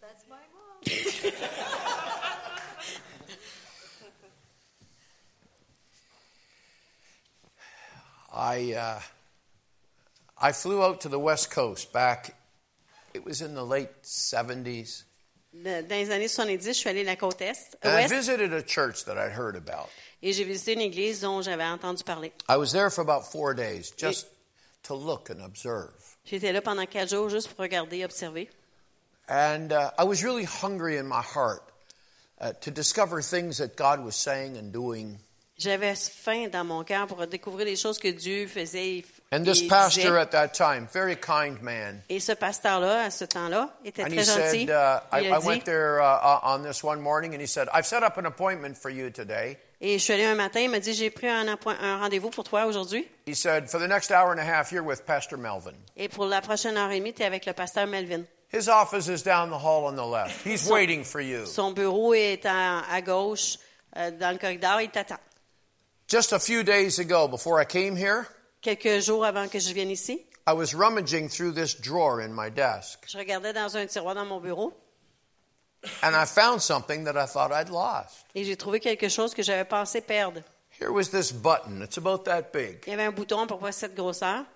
Speaker 4: That's my mom.
Speaker 2: I uh, I flew out to the West Coast back. It was in the late 70s.
Speaker 3: De- Dans les années 70, je suis allée à la côte est,
Speaker 2: And I
Speaker 3: ouest,
Speaker 2: visited a church that I'd heard about.
Speaker 3: et j'ai visité une église dont j'avais entendu parler.
Speaker 2: I was there for about four days just to look and observe.
Speaker 3: J'étais là pendant quatre jours juste pour regarder, observer.
Speaker 2: And uh, I was really hungry in my heart uh, to discover things that God was saying and doing.
Speaker 3: J'avais faim dans mon cœur pour découvrir les choses que Dieu faisait. et f-
Speaker 2: And this
Speaker 3: et
Speaker 2: pastor
Speaker 3: disait.
Speaker 2: at that time, very kind man,
Speaker 3: Et ce pasteur-là, à ce temps-là, était
Speaker 2: and
Speaker 3: très
Speaker 2: he
Speaker 3: gentil.
Speaker 2: said, uh, I,
Speaker 3: Il a
Speaker 2: I
Speaker 3: dit-
Speaker 2: went there uh, on this one morning, and he said, I've set up an appointment for you today.
Speaker 3: Et je suis allée un matin, il m'a dit, j'ai pris un, appoint- un rendez-vous pour toi aujourd'hui.
Speaker 2: He said, For the next hour and a half, you're with Pastor Melvin.
Speaker 3: Et pour la prochaine heure et demie, tu es avec le pasteur Melvin.
Speaker 2: His office is down the hall on the left. He's waiting for you.
Speaker 3: Son bureau est en- à gauche, euh, dans le corridor, il t'attend.
Speaker 2: Just a few days ago, before I came here,
Speaker 3: Quelques jours avant que je vienne ici,
Speaker 2: I was rummaging through this drawer in my desk,
Speaker 3: je regardais dans un tiroir dans mon bureau
Speaker 2: and I found something that I thought I'd lost.
Speaker 3: Et j'ai trouvé quelque chose que j'avais pensé perdre.
Speaker 2: Here was this button. It's about that big.
Speaker 3: Il y avait un bouton pour voir cette grosseur.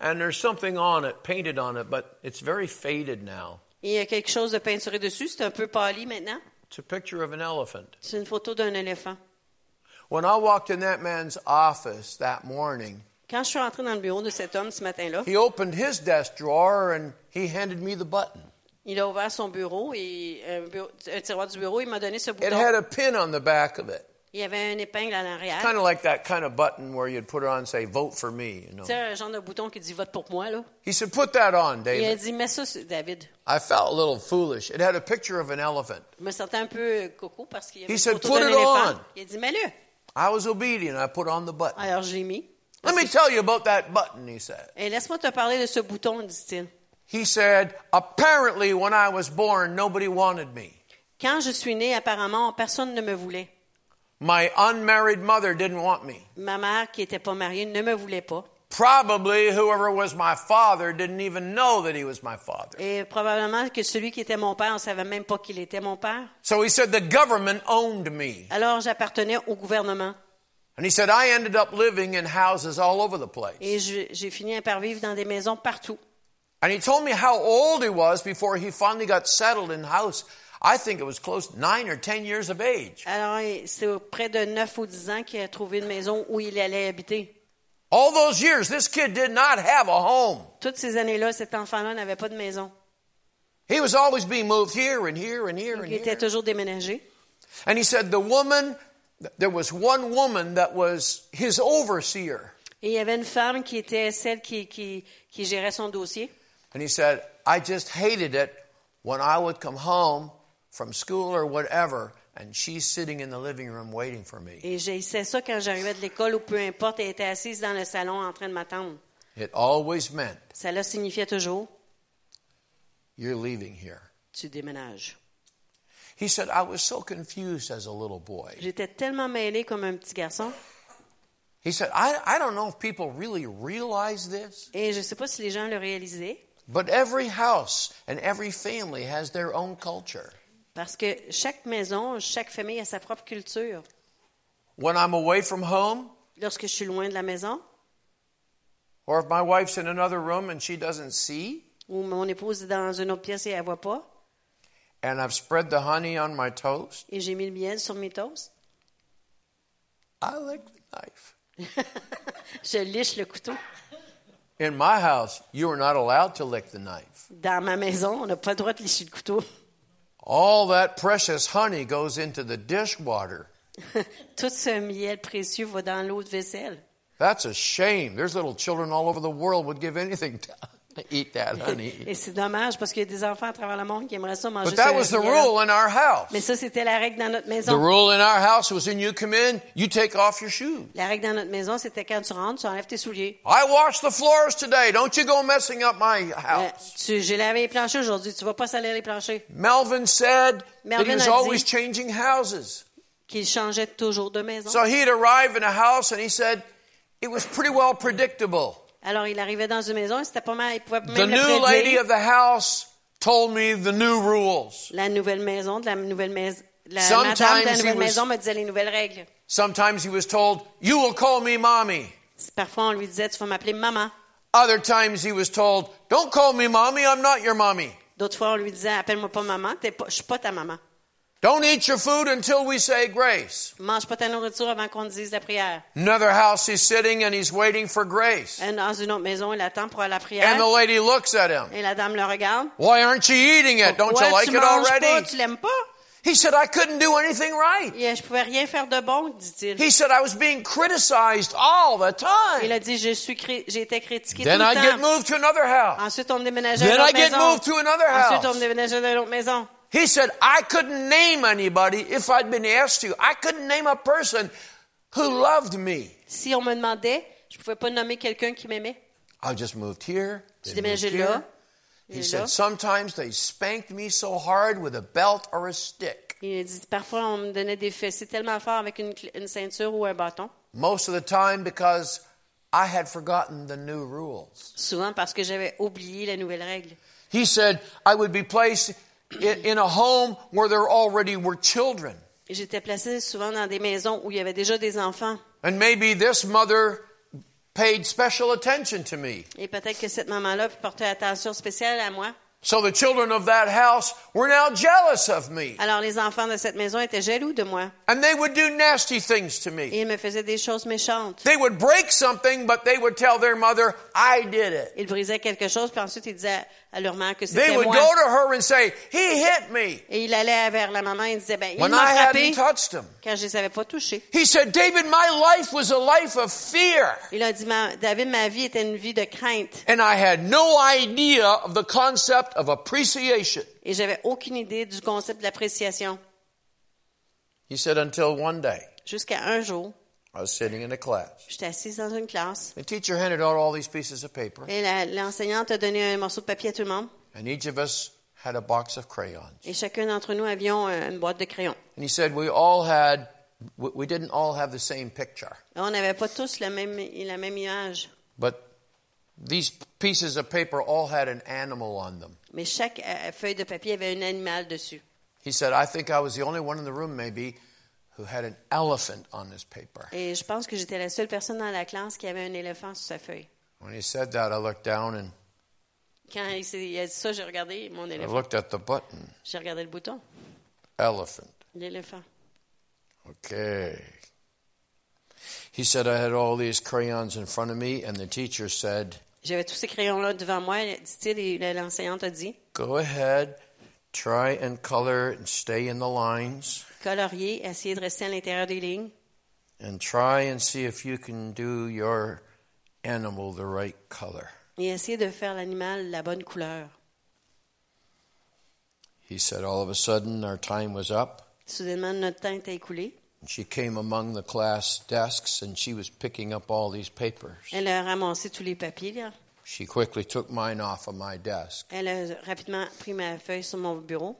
Speaker 2: And there's something on it, painted on it, but it's very faded now.
Speaker 3: Et il y a quelque chose de peinturé dessus. C'est un peu pâli maintenant.
Speaker 2: It's a picture of an elephant.
Speaker 3: C'est une photo d'un éléphant.
Speaker 2: When I walked in that man's office that morning,
Speaker 3: Quand je suis rentrée dans le bureau de cet homme ce matin-là,
Speaker 2: he opened his desk drawer and he handed me the button.
Speaker 3: il a ouvert son bureau et euh, un, bureau- un tiroir du bureau. Il m'a donné ce
Speaker 2: It had
Speaker 3: bouton.
Speaker 2: a pin on the back of it.
Speaker 3: Il y avait une épingle à l'arrière.
Speaker 2: Kind of like that kind of button where you'd put it on and say, vote for me, you know.
Speaker 3: Tu sais, un genre de bouton qui dit vote pour moi, là.
Speaker 2: He said, put that on,
Speaker 3: Il a
Speaker 2: David.
Speaker 3: dit, mets ça, sur- David.
Speaker 2: I felt a little foolish. It had a picture of an elephant.
Speaker 3: Je me sentais un peu euh, coco parce qu'il y avait
Speaker 2: He
Speaker 3: une
Speaker 2: said,
Speaker 3: photo
Speaker 2: "Put
Speaker 3: d'un
Speaker 2: it
Speaker 3: éléphant.
Speaker 2: on.
Speaker 3: Il a dit, mets-le.
Speaker 2: I was obedient. I put on the button.
Speaker 3: Alors, je l'ai mis.
Speaker 2: Let me tell you about that button, he said.
Speaker 3: Et laisse-moi te parler de ce bouton, dit-il.
Speaker 2: He said, apparently when I was born, nobody wanted me.
Speaker 3: Quand je suis né, apparemment, personne ne me voulait.
Speaker 2: My unmarried mother didn't want me.
Speaker 3: Ma mère, qui n'était pas mariée, ne me voulait pas.
Speaker 2: Probably whoever was my father didn't even know that he was my father.
Speaker 3: Et probablement que celui qui était mon père, on ne savait même pas qu'il était mon père.
Speaker 2: So he said, the government owned me.
Speaker 3: Alors, j'appartenais au gouvernement.
Speaker 2: And he said, I ended up living in houses all over the place.
Speaker 3: Et je- j'ai fini à parvivre dans des maisons partout.
Speaker 2: And he told me how old he was before he finally got settled in house. I think it was close nine or ten years of age.
Speaker 3: Alors, et c'est près de 9 ou 10 ans qu'il a trouvé une maison où il allait habiter.
Speaker 2: All those years, this kid did not have a home.
Speaker 3: Toutes ces années-là, cet enfant-là n'avait pas de maison.
Speaker 2: He was always being moved here and here and here and
Speaker 3: Il était
Speaker 2: here.
Speaker 3: toujours déménagé.
Speaker 2: And he said, the woman, there was one woman that was his overseer.
Speaker 3: Et il y avait une femme qui était celle qui, qui, qui gérait son dossier.
Speaker 2: And he said, I just hated it when I would come home from school or whatever, and she's sitting in the living room waiting for me.
Speaker 3: Et j'haïssais ça quand j'arrivais de l'école ou peu importe, elle était assise dans le salon en train de m'attendre.
Speaker 2: It always meant
Speaker 3: Ça là signifiait toujours
Speaker 2: you're leaving here.
Speaker 3: tu déménages.
Speaker 2: He said, I was so confused as a little boy.
Speaker 3: J'étais tellement mêlée comme un petit garçon.
Speaker 2: He said, I, I don't know if people really realize this,
Speaker 3: Et je ne sais pas si les gens le réalisaient,
Speaker 2: but every house and every family has their own culture.
Speaker 3: parce que chaque maison, chaque famille a sa propre culture.
Speaker 2: When I'm away from home,
Speaker 3: Lorsque je suis loin de la maison,
Speaker 2: or if my wife's in another room and she doesn't see,
Speaker 3: ou mon épouse est dans une autre pièce et elle ne voit pas,
Speaker 2: and I've spread the honey on my toast,
Speaker 3: et j'ai mis le miel sur mes toasts, [laughs]
Speaker 2: I lick the knife.
Speaker 3: je liche le couteau.
Speaker 2: In my house, you are not allowed to lick the knife.
Speaker 3: Dans ma maison, on n'a pas le droit de licher le couteau. [laughs]
Speaker 2: All that precious honey goes into the dishwater.
Speaker 3: Tout ce miel précieux va dans l'eau de vaisselle.
Speaker 2: That's a shame. There's little children all over the world would give anything to [laughs] to eat that honey.
Speaker 3: Et c'est dommage parce qu'il y a des enfants à travers le monde qui aimeraient ça manger
Speaker 2: But that
Speaker 3: ce
Speaker 2: was the
Speaker 3: miel-là.
Speaker 2: rule in our house.
Speaker 3: Mais ça, c'était la règle dans notre
Speaker 2: The
Speaker 3: maison.
Speaker 2: rule in our house was when you come in, you take off your shoes.
Speaker 3: La règle dans notre maison, c'était quand tu rentres, tu enlèves tes souliers.
Speaker 2: I washed the floors today. Don't you go messing up my
Speaker 3: Euh,
Speaker 2: house.
Speaker 3: tu- J'ai lavé les planchers aujourd'hui, tu vas pas salir les planchers.
Speaker 2: Melvin said that he
Speaker 3: Melvin
Speaker 2: was
Speaker 3: a dit-
Speaker 2: always changing houses.
Speaker 3: Qu'ils changeaient toujours de maison.
Speaker 2: So he'd arrive in a house and he said it was pretty well predictable.
Speaker 3: Alors, il arrivait dans une maison, c'était pas mal, il pouvait
Speaker 2: The
Speaker 3: même le
Speaker 2: new lady
Speaker 3: prédire.
Speaker 2: of the house told me the new rules.
Speaker 3: La nouvelle maison de la nouvelle maison. La
Speaker 2: Sometimes
Speaker 3: madame de la
Speaker 2: he
Speaker 3: nouvelle
Speaker 2: was-
Speaker 3: maison me disait les nouvelles règles.
Speaker 2: Sometimes he was told, You will call me mommy.
Speaker 3: Parfois, on lui disait, tu vas m'appeler maman.
Speaker 2: Other times he was told, Don't call me mommy, I'm not your mommy.
Speaker 3: D'autres fois, on lui disait, appelle-moi pas maman, t'es pas, je suis pas ta maman.
Speaker 2: Don't eat your food until we say grace.
Speaker 3: Mange pas ta nourriture avant qu'on te dise la prière.
Speaker 2: Another house he's sitting and he's waiting for grace.
Speaker 3: Un- Dans une autre maison, il attend pour la prière.
Speaker 2: And the lady looks at him.
Speaker 3: Et la dame le regarde.
Speaker 2: Why aren't you eating it? Don't
Speaker 3: Pourquoi
Speaker 2: you like
Speaker 3: tu
Speaker 2: it
Speaker 3: manges pas,
Speaker 2: already?
Speaker 3: tu l'aimes pas?
Speaker 2: He said, I couldn't do anything right.
Speaker 3: Et, euh, je pouvais rien faire de bon, dit-il.
Speaker 2: He said, I was being criticized all the
Speaker 3: Il
Speaker 2: time.
Speaker 3: a dit, je suis cri- j'ai été critiqué
Speaker 2: Then
Speaker 3: tout
Speaker 2: I
Speaker 3: le
Speaker 2: get
Speaker 3: temps.
Speaker 2: moved to another house.
Speaker 3: Ensuite, on me déménageait
Speaker 2: Then
Speaker 3: dans
Speaker 2: I
Speaker 3: une
Speaker 2: get
Speaker 3: maison.
Speaker 2: moved to another
Speaker 3: Ensuite, on me
Speaker 2: house.
Speaker 3: déménageait dans une autre maison.
Speaker 2: He said, I couldn't name anybody if I'd been asked to. I couldn't name a person who loved me.
Speaker 3: Si on me demandait, je pouvais pas nommer quelqu'un qui m'aimait.
Speaker 2: I just moved here. then
Speaker 3: Tu
Speaker 2: moved
Speaker 3: déménageais
Speaker 2: here.
Speaker 3: là.
Speaker 2: He
Speaker 3: et là.
Speaker 2: said, sometimes they spanked me so hard with a belt or a stick.
Speaker 3: Il a dit, parfois, on me donnait des fessées tellement fort avec une, cl- une ceinture ou un bâton.
Speaker 2: Most of the time because I had forgotten the new rules.
Speaker 3: Souvent parce que j'avais oublié la nouvelle règle.
Speaker 2: He said, I would be placed in, in a home where there already were children.
Speaker 3: Et J'étais placée souvent dans des maisons où il y avait déjà des enfants.
Speaker 2: And maybe this mother paid special attention to me.
Speaker 3: Et peut-être que cette maman-là portait attention spéciale à moi.
Speaker 2: So the children of that house were now jealous of me.
Speaker 3: Alors les enfants de cette maison étaient jaloux de moi.
Speaker 2: And they would do nasty things to
Speaker 3: Et
Speaker 2: me.
Speaker 3: ils me faisaient des choses méchantes.
Speaker 2: They would break something, but they would tell their mother, I did it.
Speaker 3: Ils brisaient quelque chose, puis ensuite ils disaient à leur mère que
Speaker 2: They
Speaker 3: c'était
Speaker 2: would go
Speaker 3: moi.
Speaker 2: to her and say, He hit me
Speaker 3: Et il allait vers la maman et disait, ben, il
Speaker 2: when
Speaker 3: m'a
Speaker 2: I
Speaker 3: frappé
Speaker 2: hadn't touched him.
Speaker 3: quand je les avais pas touchés.
Speaker 2: He said, David, my life was a life of fear.
Speaker 3: Il a dit, Ma- David, ma vie était une vie de crainte.
Speaker 2: And I had no idea of the concept of appreciation.
Speaker 3: Et j'avais aucune idée du concept de l'appréciation.
Speaker 2: He said, Until one day,
Speaker 3: Jusqu'à un jour,
Speaker 2: I was sitting in a class.
Speaker 3: j'étais assise dans une classe
Speaker 2: The teacher handed out all these pieces of paper,
Speaker 3: et la- l'enseignante a donné un morceau de papier à tout le monde.
Speaker 2: and each of us had a box of crayons.
Speaker 3: Et chacun d'entre nous avions euh, une boîte de crayons.
Speaker 2: And he said, We all had, we- we didn't all have the same picture,
Speaker 3: Là, on n'avait pas tous la même, la même image,
Speaker 2: but these pieces of paper all had an animal on them.
Speaker 3: mais chaque euh, feuille de papier avait un animal dessus.
Speaker 2: He said, I think I was the only one in the room, maybe, who had an elephant on this paper.
Speaker 3: Et je pense que j'étais la seule personne dans la classe qui avait un éléphant sur sa feuille.
Speaker 2: When he said that, I looked down and
Speaker 3: Quand il, s'est- il a dit ça, j'ai regardé mon
Speaker 2: I
Speaker 3: éléphant.
Speaker 2: looked at the button.
Speaker 3: J'ai regardé le bouton,
Speaker 2: Elephant.
Speaker 3: l'éléphant.
Speaker 2: Okay. He said, I had all these crayons in front of me, and the teacher said,
Speaker 3: J'avais tous ces crayons-là devant moi, dit-il, et la- l'enseignante a dit,
Speaker 2: Go ahead, try and color and stay in the lines,
Speaker 3: colorier, essayez de rester à l'intérieur des lignes,
Speaker 2: and try and see if you can do your animal the right color.
Speaker 3: et essayez de faire l'animal la bonne couleur.
Speaker 2: He said, All of a sudden, our time was up.
Speaker 3: Soudainement, notre temps était écoulé.
Speaker 2: She came among the class desks and she was picking up all these papers.
Speaker 3: Elle a ramassé tous les papiers, là.
Speaker 2: She quickly took mine off of my desk.
Speaker 3: Elle a rapidement pris ma feuille sur mon bureau.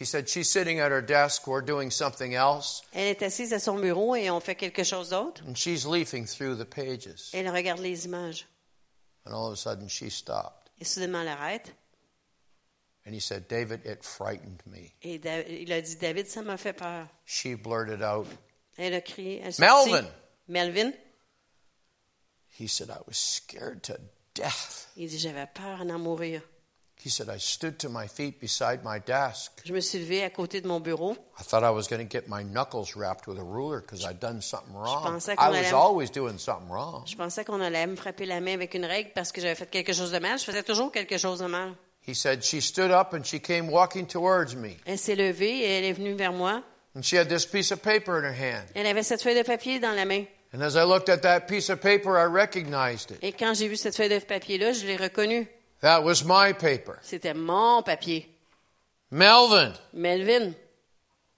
Speaker 2: He said, She's sitting at her desk, we're doing something else,
Speaker 3: Elle est assise à son bureau et on fait quelque chose d'autre.
Speaker 2: and she's leafing through the pages.
Speaker 3: Elle regarde les images.
Speaker 2: And all of a sudden, she stopped.
Speaker 3: Et soudainement, elle arrête.
Speaker 2: And he said, David, it frightened me.
Speaker 3: Et Da- il a dit, David, ça m'a fait peur.
Speaker 2: She blurted out,
Speaker 3: Elle a crié. Elle
Speaker 2: Melvin!
Speaker 3: sortit. Melvin.
Speaker 2: He said, I was scared to death.
Speaker 3: Il dit, j'avais peur à en mourir.
Speaker 2: He said, I stood to my feet beside my desk.
Speaker 3: Je me suis levée à côté de mon bureau.
Speaker 2: I thought I was going to get my knuckles wrapped with a ruler because I'd done something wrong.
Speaker 3: pensais qu'on
Speaker 2: I was
Speaker 3: allait-
Speaker 2: always doing something wrong.
Speaker 3: Je pensais qu'on allait me frapper la main avec une règle parce que j'avais fait quelque chose de mal. Je faisais toujours quelque chose de mal.
Speaker 2: He said, She stood up and she came walking towards me.
Speaker 3: Elle s'est levée et elle est venue vers moi.
Speaker 2: And she had this piece of paper in her hand.
Speaker 3: Elle avait cette feuille de papier dans la main.
Speaker 2: And as I looked at that piece of paper, I recognized it.
Speaker 3: Et quand j'ai vu cette feuille de papier-là, je l'ai reconnue.
Speaker 2: That was my paper.
Speaker 3: C'était mon papier.
Speaker 2: Melvin,
Speaker 3: Melvin,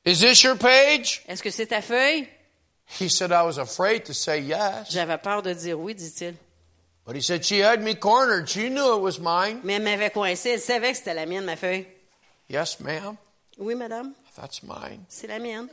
Speaker 2: is this your page?
Speaker 3: est-ce que c'est ta feuille?
Speaker 2: He said, I was afraid to say yes.
Speaker 3: J'avais peur de dire oui, dit-il.
Speaker 2: But he said, She had me cornered. She knew it was mine.
Speaker 3: Mais elle m'avait coincé. Elle savait que c'était la mienne, ma feuille.
Speaker 2: Yes, ma'am,
Speaker 3: Oui, madame,
Speaker 2: that's mine.
Speaker 3: c'est la mienne.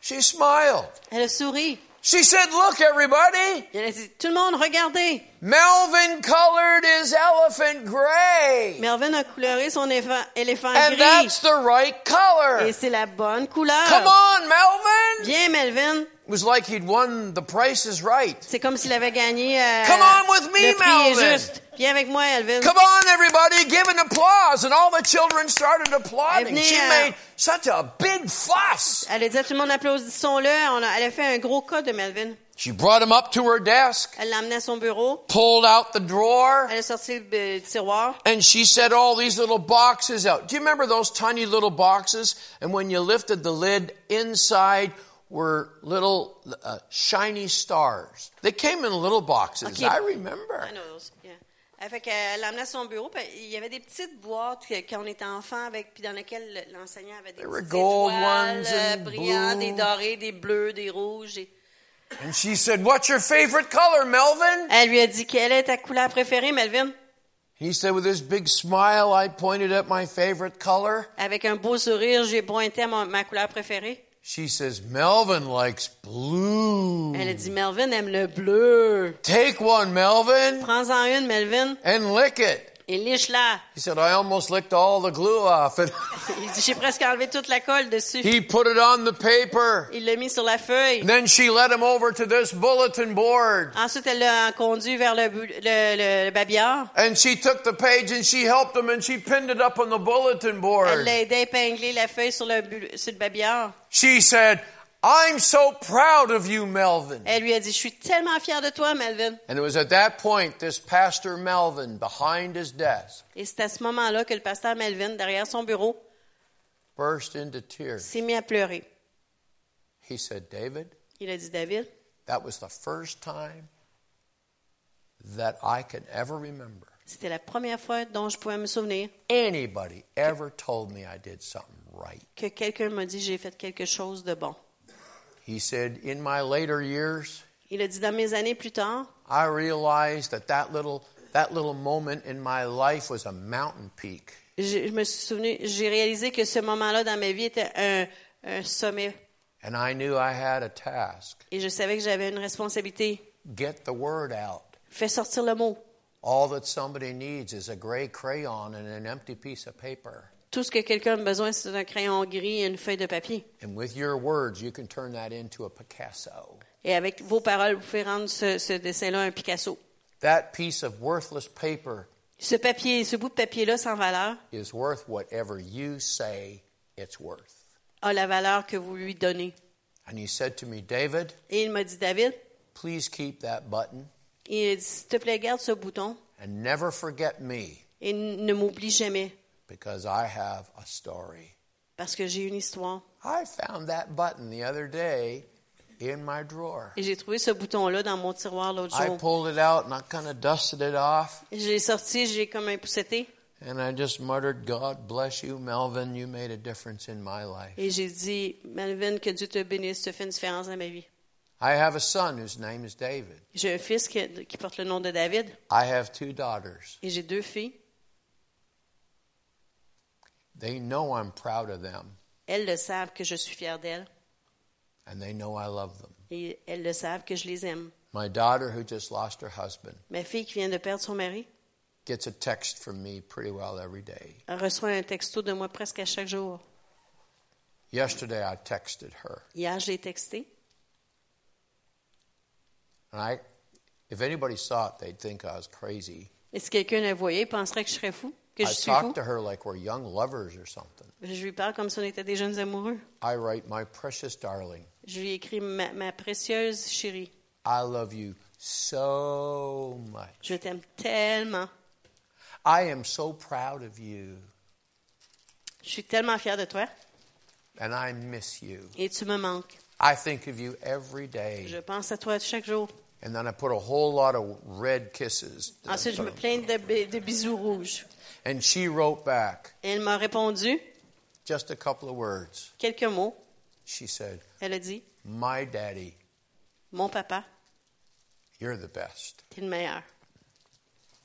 Speaker 2: She smiled.
Speaker 3: Elle a souri.
Speaker 2: She said, Look, everybody,
Speaker 3: Elle a dit, tout le monde, regardez.
Speaker 2: Melvin colored his elephant gray.
Speaker 3: Melvin a coloré son éfa- éléphant
Speaker 2: And that's
Speaker 3: gris.
Speaker 2: the right color.
Speaker 3: Et c'est la bonne couleur.
Speaker 2: Come on, Melvin!
Speaker 3: Bien, Melvin.
Speaker 2: It was like he'd won the price is right.
Speaker 3: C'est comme s'il avait gagné euh,
Speaker 2: Come on with me,
Speaker 3: le prix est
Speaker 2: Melvin.
Speaker 3: juste. Viens avec moi, Elvin.
Speaker 2: Come on, everybody, give an applause. And all the children started applauding.
Speaker 3: Venez,
Speaker 2: She
Speaker 3: euh,
Speaker 2: made such a big fuss.
Speaker 3: Elle a dit à tout le monde, applaudissons-le. On a- elle a fait un gros cas de Melvin.
Speaker 2: She brought him up to her desk,
Speaker 3: Elle l'a emmené à son bureau.
Speaker 2: pulled out the drawer,
Speaker 3: Elle a sorti le euh, tiroir.
Speaker 2: and she set all these little boxes out. Do you remember those tiny little boxes? And when you lifted the lid, inside were little uh, shiny stars. They came in little boxes.
Speaker 3: Okay.
Speaker 2: I remember.
Speaker 3: I know those, yeah. Elle fait qu'elle l'emmenait à son bureau, puis il y avait des petites boîtes que- quand on était enfant avec, puis dans lesquelles le- l'enseignant avait des
Speaker 2: There were
Speaker 3: petites
Speaker 2: gold
Speaker 3: étoiles
Speaker 2: ones
Speaker 3: euh,
Speaker 2: and
Speaker 3: brillantes,
Speaker 2: blue.
Speaker 3: des dorés, des bleus, des rouges. et-
Speaker 2: And she said, What's your favorite color, Melvin?
Speaker 3: Elle lui a dit quelle est ta couleur préférée, Melvin?
Speaker 2: He said, With his big smile, I pointed at my favorite color.
Speaker 3: Avec un beau sourire, j'ai pointé à mon- ma couleur préférée.
Speaker 2: She says, Melvin likes blue.
Speaker 3: Elle a dit Melvin aime le bleu.
Speaker 2: Take one, Melvin,
Speaker 3: Prends-en une, Melvin,
Speaker 2: and lick it.
Speaker 3: Et liche-la.
Speaker 2: He said, I almost licked all the glue off. And [laughs]
Speaker 3: Il dit, j'ai presque enlevé toute la colle dessus.
Speaker 2: he put it on the paper.
Speaker 3: Il l'a mis sur la feuille.
Speaker 2: And then she led him over to this bulletin board.
Speaker 3: Ensuite, elle l'a conduit vers le, bu- le, le- le babillard.
Speaker 2: And she took the page and she helped him and she pinned it up on the bulletin
Speaker 3: Elle
Speaker 2: board.
Speaker 3: l'a aidé à épingler la feuille sur le, bu- sur le babillard.
Speaker 2: She said, I'm so proud of you, Melvin.
Speaker 3: Elle lui a dit, je suis tellement fière de toi, Melvin.
Speaker 2: And it was at that point, this Pastor Melvin, behind his desk,
Speaker 3: Et c'est à ce moment-là que le pasteur Melvin, derrière son bureau,
Speaker 2: burst into tears.
Speaker 3: s'est mis à pleurer.
Speaker 2: He said, David,
Speaker 3: Il a dit, David,
Speaker 2: that was the first time that I can ever remember
Speaker 3: c'était la première fois dont je pouvais me souvenir
Speaker 2: anybody ever told me I did something right.
Speaker 3: que quelqu'un m'a dit, j'ai fait quelque chose de bon.
Speaker 2: He said, in my later years,
Speaker 3: Il a dit, dans mes années plus tard,
Speaker 2: I realized that that little, that little moment in my life was a mountain peak.
Speaker 3: je, je me suis souvenu, j'ai réalisé que ce moment-là dans ma vie était un, un sommet.
Speaker 2: And I knew I had a task.
Speaker 3: Et je savais que j'avais une responsabilité.
Speaker 2: Get the word out.
Speaker 3: Fais sortir le mot.
Speaker 2: All that somebody needs is a gray crayon and an empty piece of paper.
Speaker 3: Tout ce que quelqu'un a besoin, c'est un crayon gris et une feuille de papier.
Speaker 2: And with your words, you can turn that into a Picasso.
Speaker 3: Et avec vos paroles, vous pouvez rendre ce, ce dessin-là un Picasso.
Speaker 2: That piece of worthless paper
Speaker 3: Ce papier, ce bout de papier-là sans valeur,
Speaker 2: is worth whatever you say it's worth.
Speaker 3: a la valeur que vous lui donnez.
Speaker 2: And he said to me, David,
Speaker 3: Et il m'a dit, David,
Speaker 2: please keep that button
Speaker 3: il a dit, s'il te plaît, garde ce bouton
Speaker 2: and never forget me
Speaker 3: et n- ne m'oublie jamais
Speaker 2: because I have a story.
Speaker 3: parce que j'ai une histoire.
Speaker 2: I found that button the other day in my drawer.
Speaker 3: Et j'ai trouvé ce bouton-là dans mon tiroir l'autre
Speaker 2: I
Speaker 3: jour.
Speaker 2: pulled it out and I kind of dusted it off
Speaker 3: Je l'ai sorti, j'ai comme un pousseté
Speaker 2: and I just muttered, God bless you, Melvin. You made a difference in my life.
Speaker 3: et j'ai dit, Malvin, que Dieu te bénisse, tu fais une différence dans ma vie.
Speaker 2: I have a son whose name is David.
Speaker 3: J'ai un fils qui, qui porte le nom de David
Speaker 2: I have two daughters.
Speaker 3: et j'ai deux filles.
Speaker 2: They know I'm proud of them
Speaker 3: Elles le savent que je suis fière d'elles
Speaker 2: and they know I love them.
Speaker 3: et elles le savent que je les aime.
Speaker 2: My daughter, who just lost her husband,
Speaker 3: Ma fille qui vient de perdre son mari
Speaker 2: gets a text from me pretty well every day.
Speaker 3: elle reçoit un texto de moi presque à chaque jour.
Speaker 2: Yesterday, I texted her.
Speaker 3: Hier, je l'ai texté.
Speaker 2: And I, if anybody saw it, they'd think I was crazy.
Speaker 3: Et si quelqu'un la voyait, il penserait que je serais fou, que je
Speaker 2: I
Speaker 3: suis
Speaker 2: talk
Speaker 3: fou.
Speaker 2: to her like we're young lovers or something.
Speaker 3: Je lui parle comme si on était des jeunes amoureux.
Speaker 2: I write, My precious darling,
Speaker 3: Je lui écris ma, ma précieuse chérie.
Speaker 2: I love you so much.
Speaker 3: Je t'aime tellement.
Speaker 2: I am so proud of you,
Speaker 3: Je suis tellement fière de toi
Speaker 2: and I miss you.
Speaker 3: et tu me manques.
Speaker 2: I think of you every day.
Speaker 3: Je pense à toi chaque jour.
Speaker 2: And then I put a whole lot of red kisses.
Speaker 3: Ensuite, je me plains de, bi- de bisous rouges.
Speaker 2: And she wrote back
Speaker 3: Elle m'a répondu
Speaker 2: just a couple of words.
Speaker 3: quelques mots.
Speaker 2: She said,
Speaker 3: Elle a dit
Speaker 2: My daddy,
Speaker 3: Mon papa,
Speaker 2: you're the best.
Speaker 3: t'es le meilleur.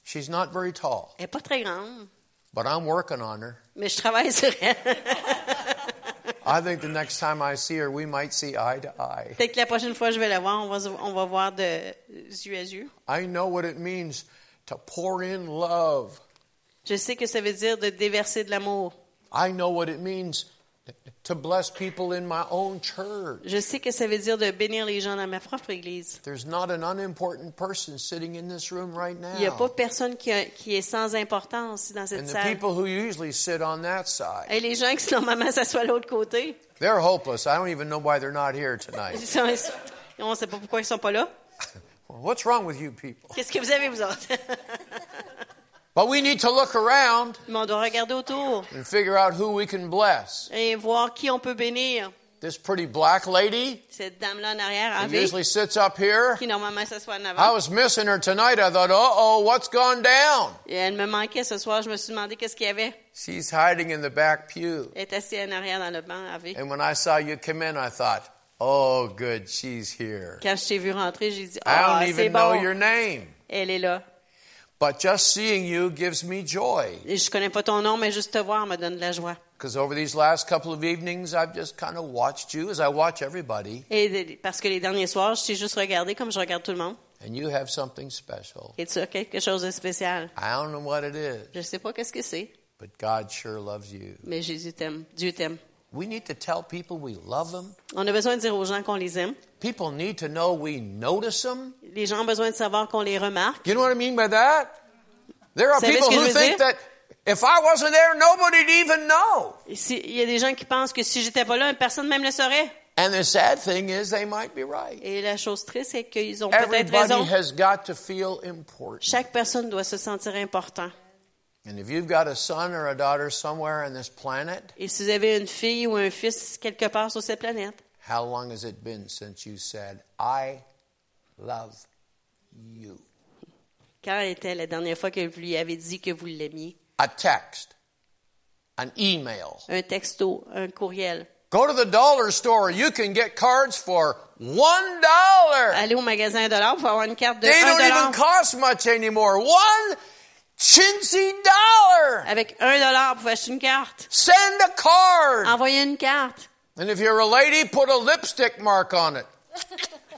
Speaker 2: She's not very tall,
Speaker 3: Elle n'est pas très grande,
Speaker 2: but I'm working on her.
Speaker 3: mais je travaille sur elle. [laughs]
Speaker 2: I think the next time I see her, we might see eye to eye.
Speaker 3: Peut-être que la prochaine fois que je vais la voir, on va, se- on va voir de euh, yeux à yeux.
Speaker 2: I know what it means to pour in love.
Speaker 3: Je sais que ça veut dire de déverser de l'amour.
Speaker 2: I know what it means to bless people in my own church.
Speaker 3: Je sais que ça veut dire de bénir les gens dans ma propre église.
Speaker 2: There's not an unimportant person sitting in this room right now.
Speaker 3: Il n'y a pas personne qui, a- qui est sans importance dans cette
Speaker 2: and the
Speaker 3: salle.
Speaker 2: people who usually sit on that side,
Speaker 3: Et les gens qui normalement s'assoient à l'autre côté,
Speaker 2: they're hopeless. I don't even know why they're not here
Speaker 3: ils
Speaker 2: tonight.
Speaker 3: sont- ils sont- on ne sait pas pourquoi ils ne sont pas là.
Speaker 2: What's wrong with you people?
Speaker 3: Qu'est-ce que vous avez, vous autres? [laughs]
Speaker 2: But we need to look around
Speaker 3: Mais on doit regarder autour
Speaker 2: and figure out who we can bless.
Speaker 3: et voir qui on peut bénir.
Speaker 2: This pretty black lady
Speaker 3: Cette dame-là en arrière,
Speaker 2: who
Speaker 3: avec,
Speaker 2: usually sits up here.
Speaker 3: qui normalement s'assoit en
Speaker 2: I
Speaker 3: avant.
Speaker 2: was missing her tonight. I thought, uh oh, what's gone down?
Speaker 3: Et elle me manquait ce soir. Je me suis demandé qu'est-ce qu'il y avait.
Speaker 2: She's hiding in the back pew.
Speaker 3: Elle est assise en arrière dans le banc avec.
Speaker 2: And when I saw you come in, I thought, oh, good, she's here.
Speaker 3: Quand je t'ai vu rentrer, j'ai dit,
Speaker 2: I
Speaker 3: ah,
Speaker 2: don't
Speaker 3: c'est
Speaker 2: even know
Speaker 3: bon,
Speaker 2: your name.
Speaker 3: elle est là.
Speaker 2: But just seeing you gives me joy.
Speaker 3: Et je connais pas ton nom, mais juste te voir me donne de la joie.
Speaker 2: Because over these last couple of evenings, I've just kind of watched you as I watch everybody.
Speaker 3: Et de- parce que les derniers soirs, je t'ai juste regardé comme je regarde tout le monde.
Speaker 2: and you have something special.
Speaker 3: Et tu as quelque chose de spécial.
Speaker 2: I don't know what it is,
Speaker 3: Je ne sais pas qu'est-ce que c'est,
Speaker 2: but God sure loves you.
Speaker 3: mais Jésus t'aime. Dieu t'aime.
Speaker 2: We need to tell people we love them.
Speaker 3: On a besoin de dire aux gens qu'on les aime.
Speaker 2: People need to know we notice them.
Speaker 3: Les gens ont besoin de savoir qu'on les remarque.
Speaker 2: You know what I mean by that? There are
Speaker 3: Savez ce
Speaker 2: people
Speaker 3: que je
Speaker 2: who
Speaker 3: veux
Speaker 2: think
Speaker 3: dire?
Speaker 2: that if I wasn't there, nobody'd even know.
Speaker 3: Et si- Il y a des gens qui pensent que si j'étais pas là, personne même le saurait.
Speaker 2: And the sad thing is, they might be right.
Speaker 3: Et la chose triste, c'est qu'ils ont peut-être
Speaker 2: Everybody
Speaker 3: raison.
Speaker 2: has got to feel important.
Speaker 3: Chaque personne doit se sentir important.
Speaker 2: And if you've got a son or a daughter somewhere on this planet,
Speaker 3: Et si vous avez une fille ou un fils quelque part sur cette planète,
Speaker 2: how long has it been since you said, I love you?
Speaker 3: quand était la dernière fois que vous lui avez dit que vous l'aimiez?
Speaker 2: A text, an email.
Speaker 3: Un texto, un courriel.
Speaker 2: Go to the dollar store. You can get cards for one dollar.
Speaker 3: Aller au magasin de l'art pour avoir une carte de
Speaker 2: They
Speaker 3: 1
Speaker 2: don't even cost much anymore. One chintzy dollar.
Speaker 3: Avec 1 dollar, vous pouvez acheter une carte.
Speaker 2: Send a card.
Speaker 3: Envoyez une carte.
Speaker 2: And if you're a lady, put a lipstick mark on it.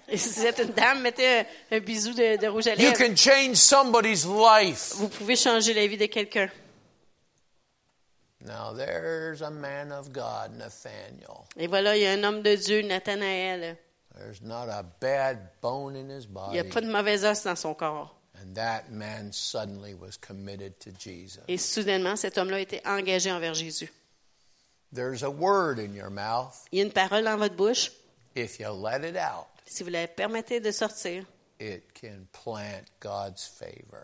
Speaker 3: Et si vous êtes une dame, mettez un, un bisou de, de rouge à
Speaker 2: You
Speaker 3: lèvres.
Speaker 2: can change somebody's life.
Speaker 3: Vous pouvez changer la vie de quelqu'un.
Speaker 2: Now there's a man of God, Nathaniel.
Speaker 3: Et voilà, il y a un homme de Dieu, Nathanaël.
Speaker 2: There's not a bad bone in his
Speaker 3: Il n'y
Speaker 2: body.
Speaker 3: a pas de mauvais os dans son corps.
Speaker 2: And that man suddenly was committed to Jesus.
Speaker 3: Et soudainement, cet homme-là a été engagé envers Jésus.
Speaker 2: There's a word in your mouth.
Speaker 3: Il y a une parole dans votre bouche.
Speaker 2: If you let it out,
Speaker 3: Si vous la permettez de sortir,
Speaker 2: it can plant God's favor.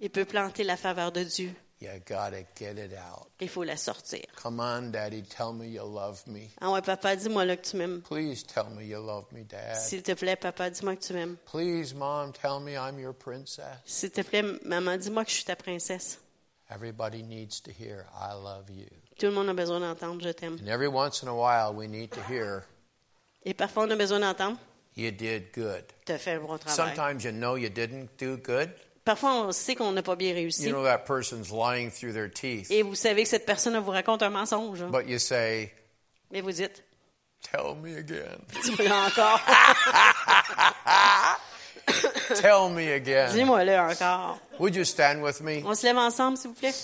Speaker 3: il peut planter la faveur de Dieu.
Speaker 2: You gotta get it out.
Speaker 3: Il faut la sortir.
Speaker 2: Come on, Daddy, tell me you love me.
Speaker 3: Ah ouais, papa, dis-moi là que tu m'aimes.
Speaker 2: Please tell me you love me, Dad.
Speaker 3: S'il te plaît, papa, dis-moi que tu m'aimes.
Speaker 2: Please, Mom, tell me I'm your princess.
Speaker 3: S'il te plaît, maman, dis-moi que je suis ta princesse.
Speaker 2: Everybody needs to hear, I love you.
Speaker 3: Tout le monde a besoin d'entendre, je t'aime.
Speaker 2: And every once in a while, we need to hear,
Speaker 3: Et parfois, on a besoin d'entendre,
Speaker 2: you did good.
Speaker 3: tu as fait un bon travail.
Speaker 2: Sometimes you know you didn't do good.
Speaker 3: Parfois, on sait qu'on n'a pas bien réussi.
Speaker 2: You know that person's lying through their teeth.
Speaker 3: Et vous savez que cette personne elle vous raconte un mensonge. hein.
Speaker 2: But you say,
Speaker 3: Mais vous dites, [laughs]
Speaker 2: tell me again.
Speaker 3: dis-moi encore. [laughs]
Speaker 2: tell me
Speaker 3: [laughs]
Speaker 2: again.
Speaker 3: Dis-moi le encore.
Speaker 2: Would you stand with me?
Speaker 3: On se lève ensemble, s'il vous plaît.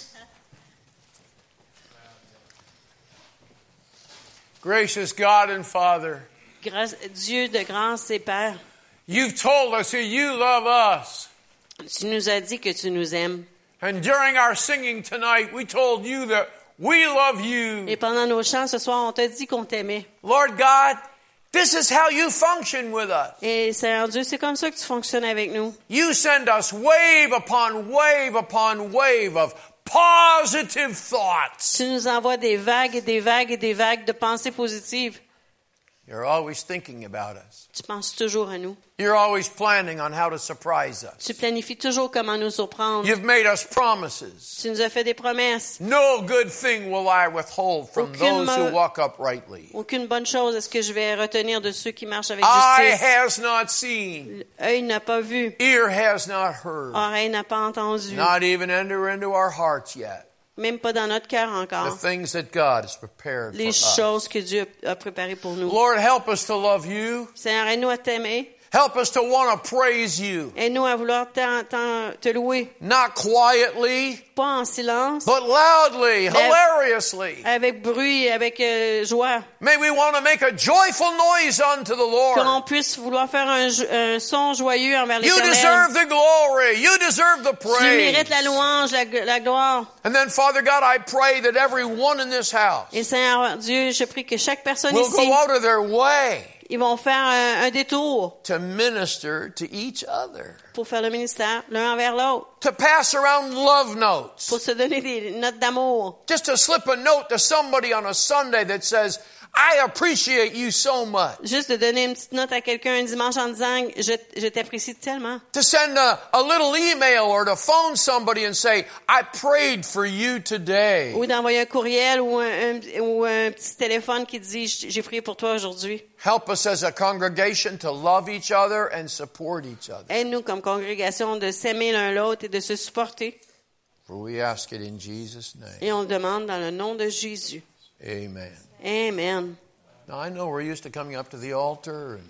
Speaker 2: Gracious God and Father,
Speaker 3: Grâce- Dieu de grâce et Père,
Speaker 2: you've told us that you love us.
Speaker 3: tu nous as dit que tu nous aimes.
Speaker 2: And during our singing tonight, we told you that we love you.
Speaker 3: Et pendant nos chants ce soir, on t'a dit qu'on t'aimait.
Speaker 2: Lord God, this is how you function with us.
Speaker 3: Et Seigneur Dieu, c'est comme ça que tu fonctionnes avec nous.
Speaker 2: You send us wave upon wave upon wave of positive thoughts.
Speaker 3: Tu nous envoies des vagues et des vagues et des vagues de pensées positives.
Speaker 2: You're always thinking about us.
Speaker 3: Tu penses toujours à nous.
Speaker 2: You're always planning on how to surprise us.
Speaker 3: Tu planifies toujours comment nous surprendre.
Speaker 2: You've made us promises.
Speaker 3: Tu nous as fait des promesses.
Speaker 2: No good thing will I withhold from
Speaker 3: Aucune
Speaker 2: those who
Speaker 3: mal-
Speaker 2: walk uprightly.
Speaker 3: Aucune bonne chose est-ce que je vais retenir de ceux qui marchent avec
Speaker 2: Eye
Speaker 3: justice.
Speaker 2: has not seen,
Speaker 3: Œil n'a pas vu,
Speaker 2: ear has not heard,
Speaker 3: oreille n'a pas entendu,
Speaker 2: not even enter into our hearts yet.
Speaker 3: même pas dans notre cœur
Speaker 2: the
Speaker 3: encore.
Speaker 2: things that God has prepared for
Speaker 3: Les
Speaker 2: us.
Speaker 3: choses que Dieu a préparées pour nous.
Speaker 2: Lord, help us to love you.
Speaker 3: Seigneur, aide-nous à t'aimer.
Speaker 2: Help us to want to praise you,
Speaker 3: Aide-nous à vouloir t'en- t'en- te louer.
Speaker 2: not quietly,
Speaker 3: Pas en silence,
Speaker 2: but loudly, hilariously.
Speaker 3: avec bruit, et avec euh, joie.
Speaker 2: May we want to make a joyful noise unto the
Speaker 3: qu'on
Speaker 2: Lord.
Speaker 3: puisse vouloir faire un, jo- un son joyeux envers les
Speaker 2: You deserve the glory. You deserve the
Speaker 3: Tu mérites la
Speaker 2: praise.
Speaker 3: louange, la, gl- la gloire.
Speaker 2: And then, Father God, I pray that everyone in this house
Speaker 3: Et Seigneur Dieu, je prie que chaque personne
Speaker 2: will
Speaker 3: ici,
Speaker 2: go out of their way
Speaker 3: ils vont faire un, un détour
Speaker 2: to minister to each other,
Speaker 3: pour faire le ministère l'un envers l'autre,
Speaker 2: to pass around love notes.
Speaker 3: pour se donner des notes d'amour.
Speaker 2: Just to slip a note to somebody on a Sunday that says, I appreciate you so much.
Speaker 3: Juste de donner une petite note à quelqu'un un dimanche en disant je, je t'apprécie tellement.
Speaker 2: To send a, a little email or to phone somebody and say, I prayed for you today.
Speaker 3: Ou d'envoyer un courriel ou un, un- ou un petit téléphone qui dit J- j'ai prié pour toi aujourd'hui.
Speaker 2: Help us as a congregation to love each other and support each other.
Speaker 3: Aide-nous comme congrégation de s'aimer l'un l'autre et de se supporter.
Speaker 2: For we ask it in Jesus' name.
Speaker 3: Et on le demande dans le nom de Jésus.
Speaker 2: Amen.
Speaker 3: Amen.
Speaker 2: Now I know we're used to coming up to the altar and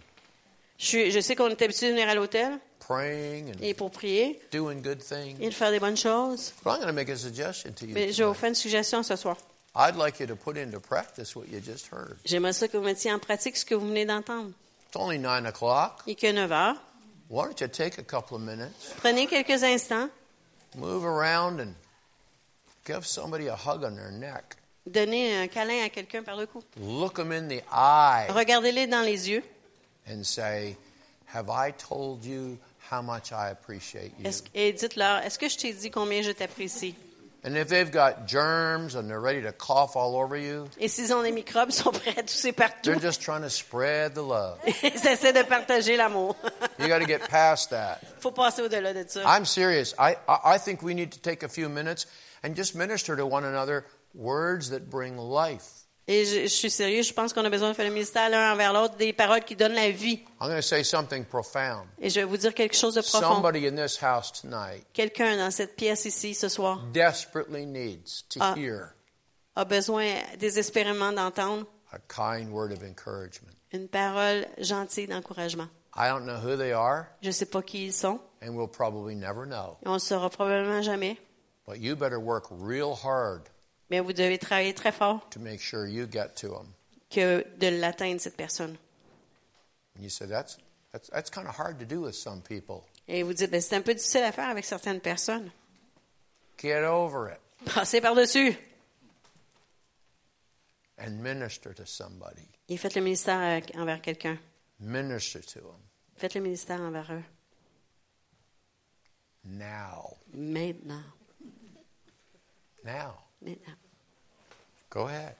Speaker 3: Je, suis- je sais qu'on est habitué de venir à l'hôtel,
Speaker 2: praying and
Speaker 3: et pour prier
Speaker 2: doing good things.
Speaker 3: et de faire des bonnes choses.
Speaker 2: But I'm going to make a suggestion to you.
Speaker 3: Mais je vais vous
Speaker 2: tonight.
Speaker 3: faire une suggestion ce soir.
Speaker 2: I'd like you to put into practice what you just heard.
Speaker 3: J'aimerais ça que vous mettiez en pratique ce que vous venez d'entendre.
Speaker 2: It's only nine o'clock.
Speaker 3: Il est que 9 heures.
Speaker 2: Why don't you take a couple of minutes,
Speaker 3: Prenez quelques instants,
Speaker 2: move around, and give somebody a hug on their neck.
Speaker 3: donnez un câlin à quelqu'un par le cou.
Speaker 2: Look them in the eye
Speaker 3: Regardez-les dans les yeux.
Speaker 2: and say, "Have I told you how much I appreciate you?"
Speaker 3: Est-ce- Et dites-leur, est-ce que je t'ai dit combien je t'apprécie?
Speaker 2: And if they've got germs and they're ready to cough all over you,
Speaker 3: Et s'ils ont des microbes, ils sont prêts à tousser partout.
Speaker 2: they're just trying to spread the love.
Speaker 3: Ils essaient de partager l'amour. [laughs]
Speaker 2: You got to get past that.
Speaker 3: faut passer au-delà de ça.
Speaker 2: I'm serious. I, I, I think we need to take a few minutes and just minister to one another words that bring life.
Speaker 3: Et je, je suis sérieux, je pense qu'on a besoin de faire le ministère l'un envers l'autre, des paroles qui donnent la vie.
Speaker 2: I'm going to say something profound.
Speaker 3: Et je vais vous dire quelque chose de profond.
Speaker 2: Somebody in this house tonight
Speaker 3: Quelqu'un dans cette pièce ici ce soir
Speaker 2: desperately needs to
Speaker 3: Ah.
Speaker 2: hear
Speaker 3: a besoin désespérément d'entendre
Speaker 2: a kind word of encouragement.
Speaker 3: une parole gentille d'encouragement.
Speaker 2: I don't know who they are,
Speaker 3: Je sais pas qui ils sont,
Speaker 2: and we'll probably never know,
Speaker 3: et on le saura probablement jamais,
Speaker 2: but you better work real hard
Speaker 3: mais vous devez travailler très fort
Speaker 2: to make sure you get to them.
Speaker 3: que de l'atteindre cette personne.
Speaker 2: And you say, that's, that's, that's kind of hard to do with some people.
Speaker 3: Et vous dites, ben, c'est un peu difficile à faire avec certaines personnes.
Speaker 2: Get over it
Speaker 3: Passez par-dessus
Speaker 2: and minister to somebody.
Speaker 3: et faites le ministère avec- envers quelqu'un.
Speaker 2: Minister to them
Speaker 3: Faites le ministère envers eux.
Speaker 2: now.
Speaker 3: Maintenant.
Speaker 2: Now.
Speaker 3: Maintenant.
Speaker 2: Go ahead.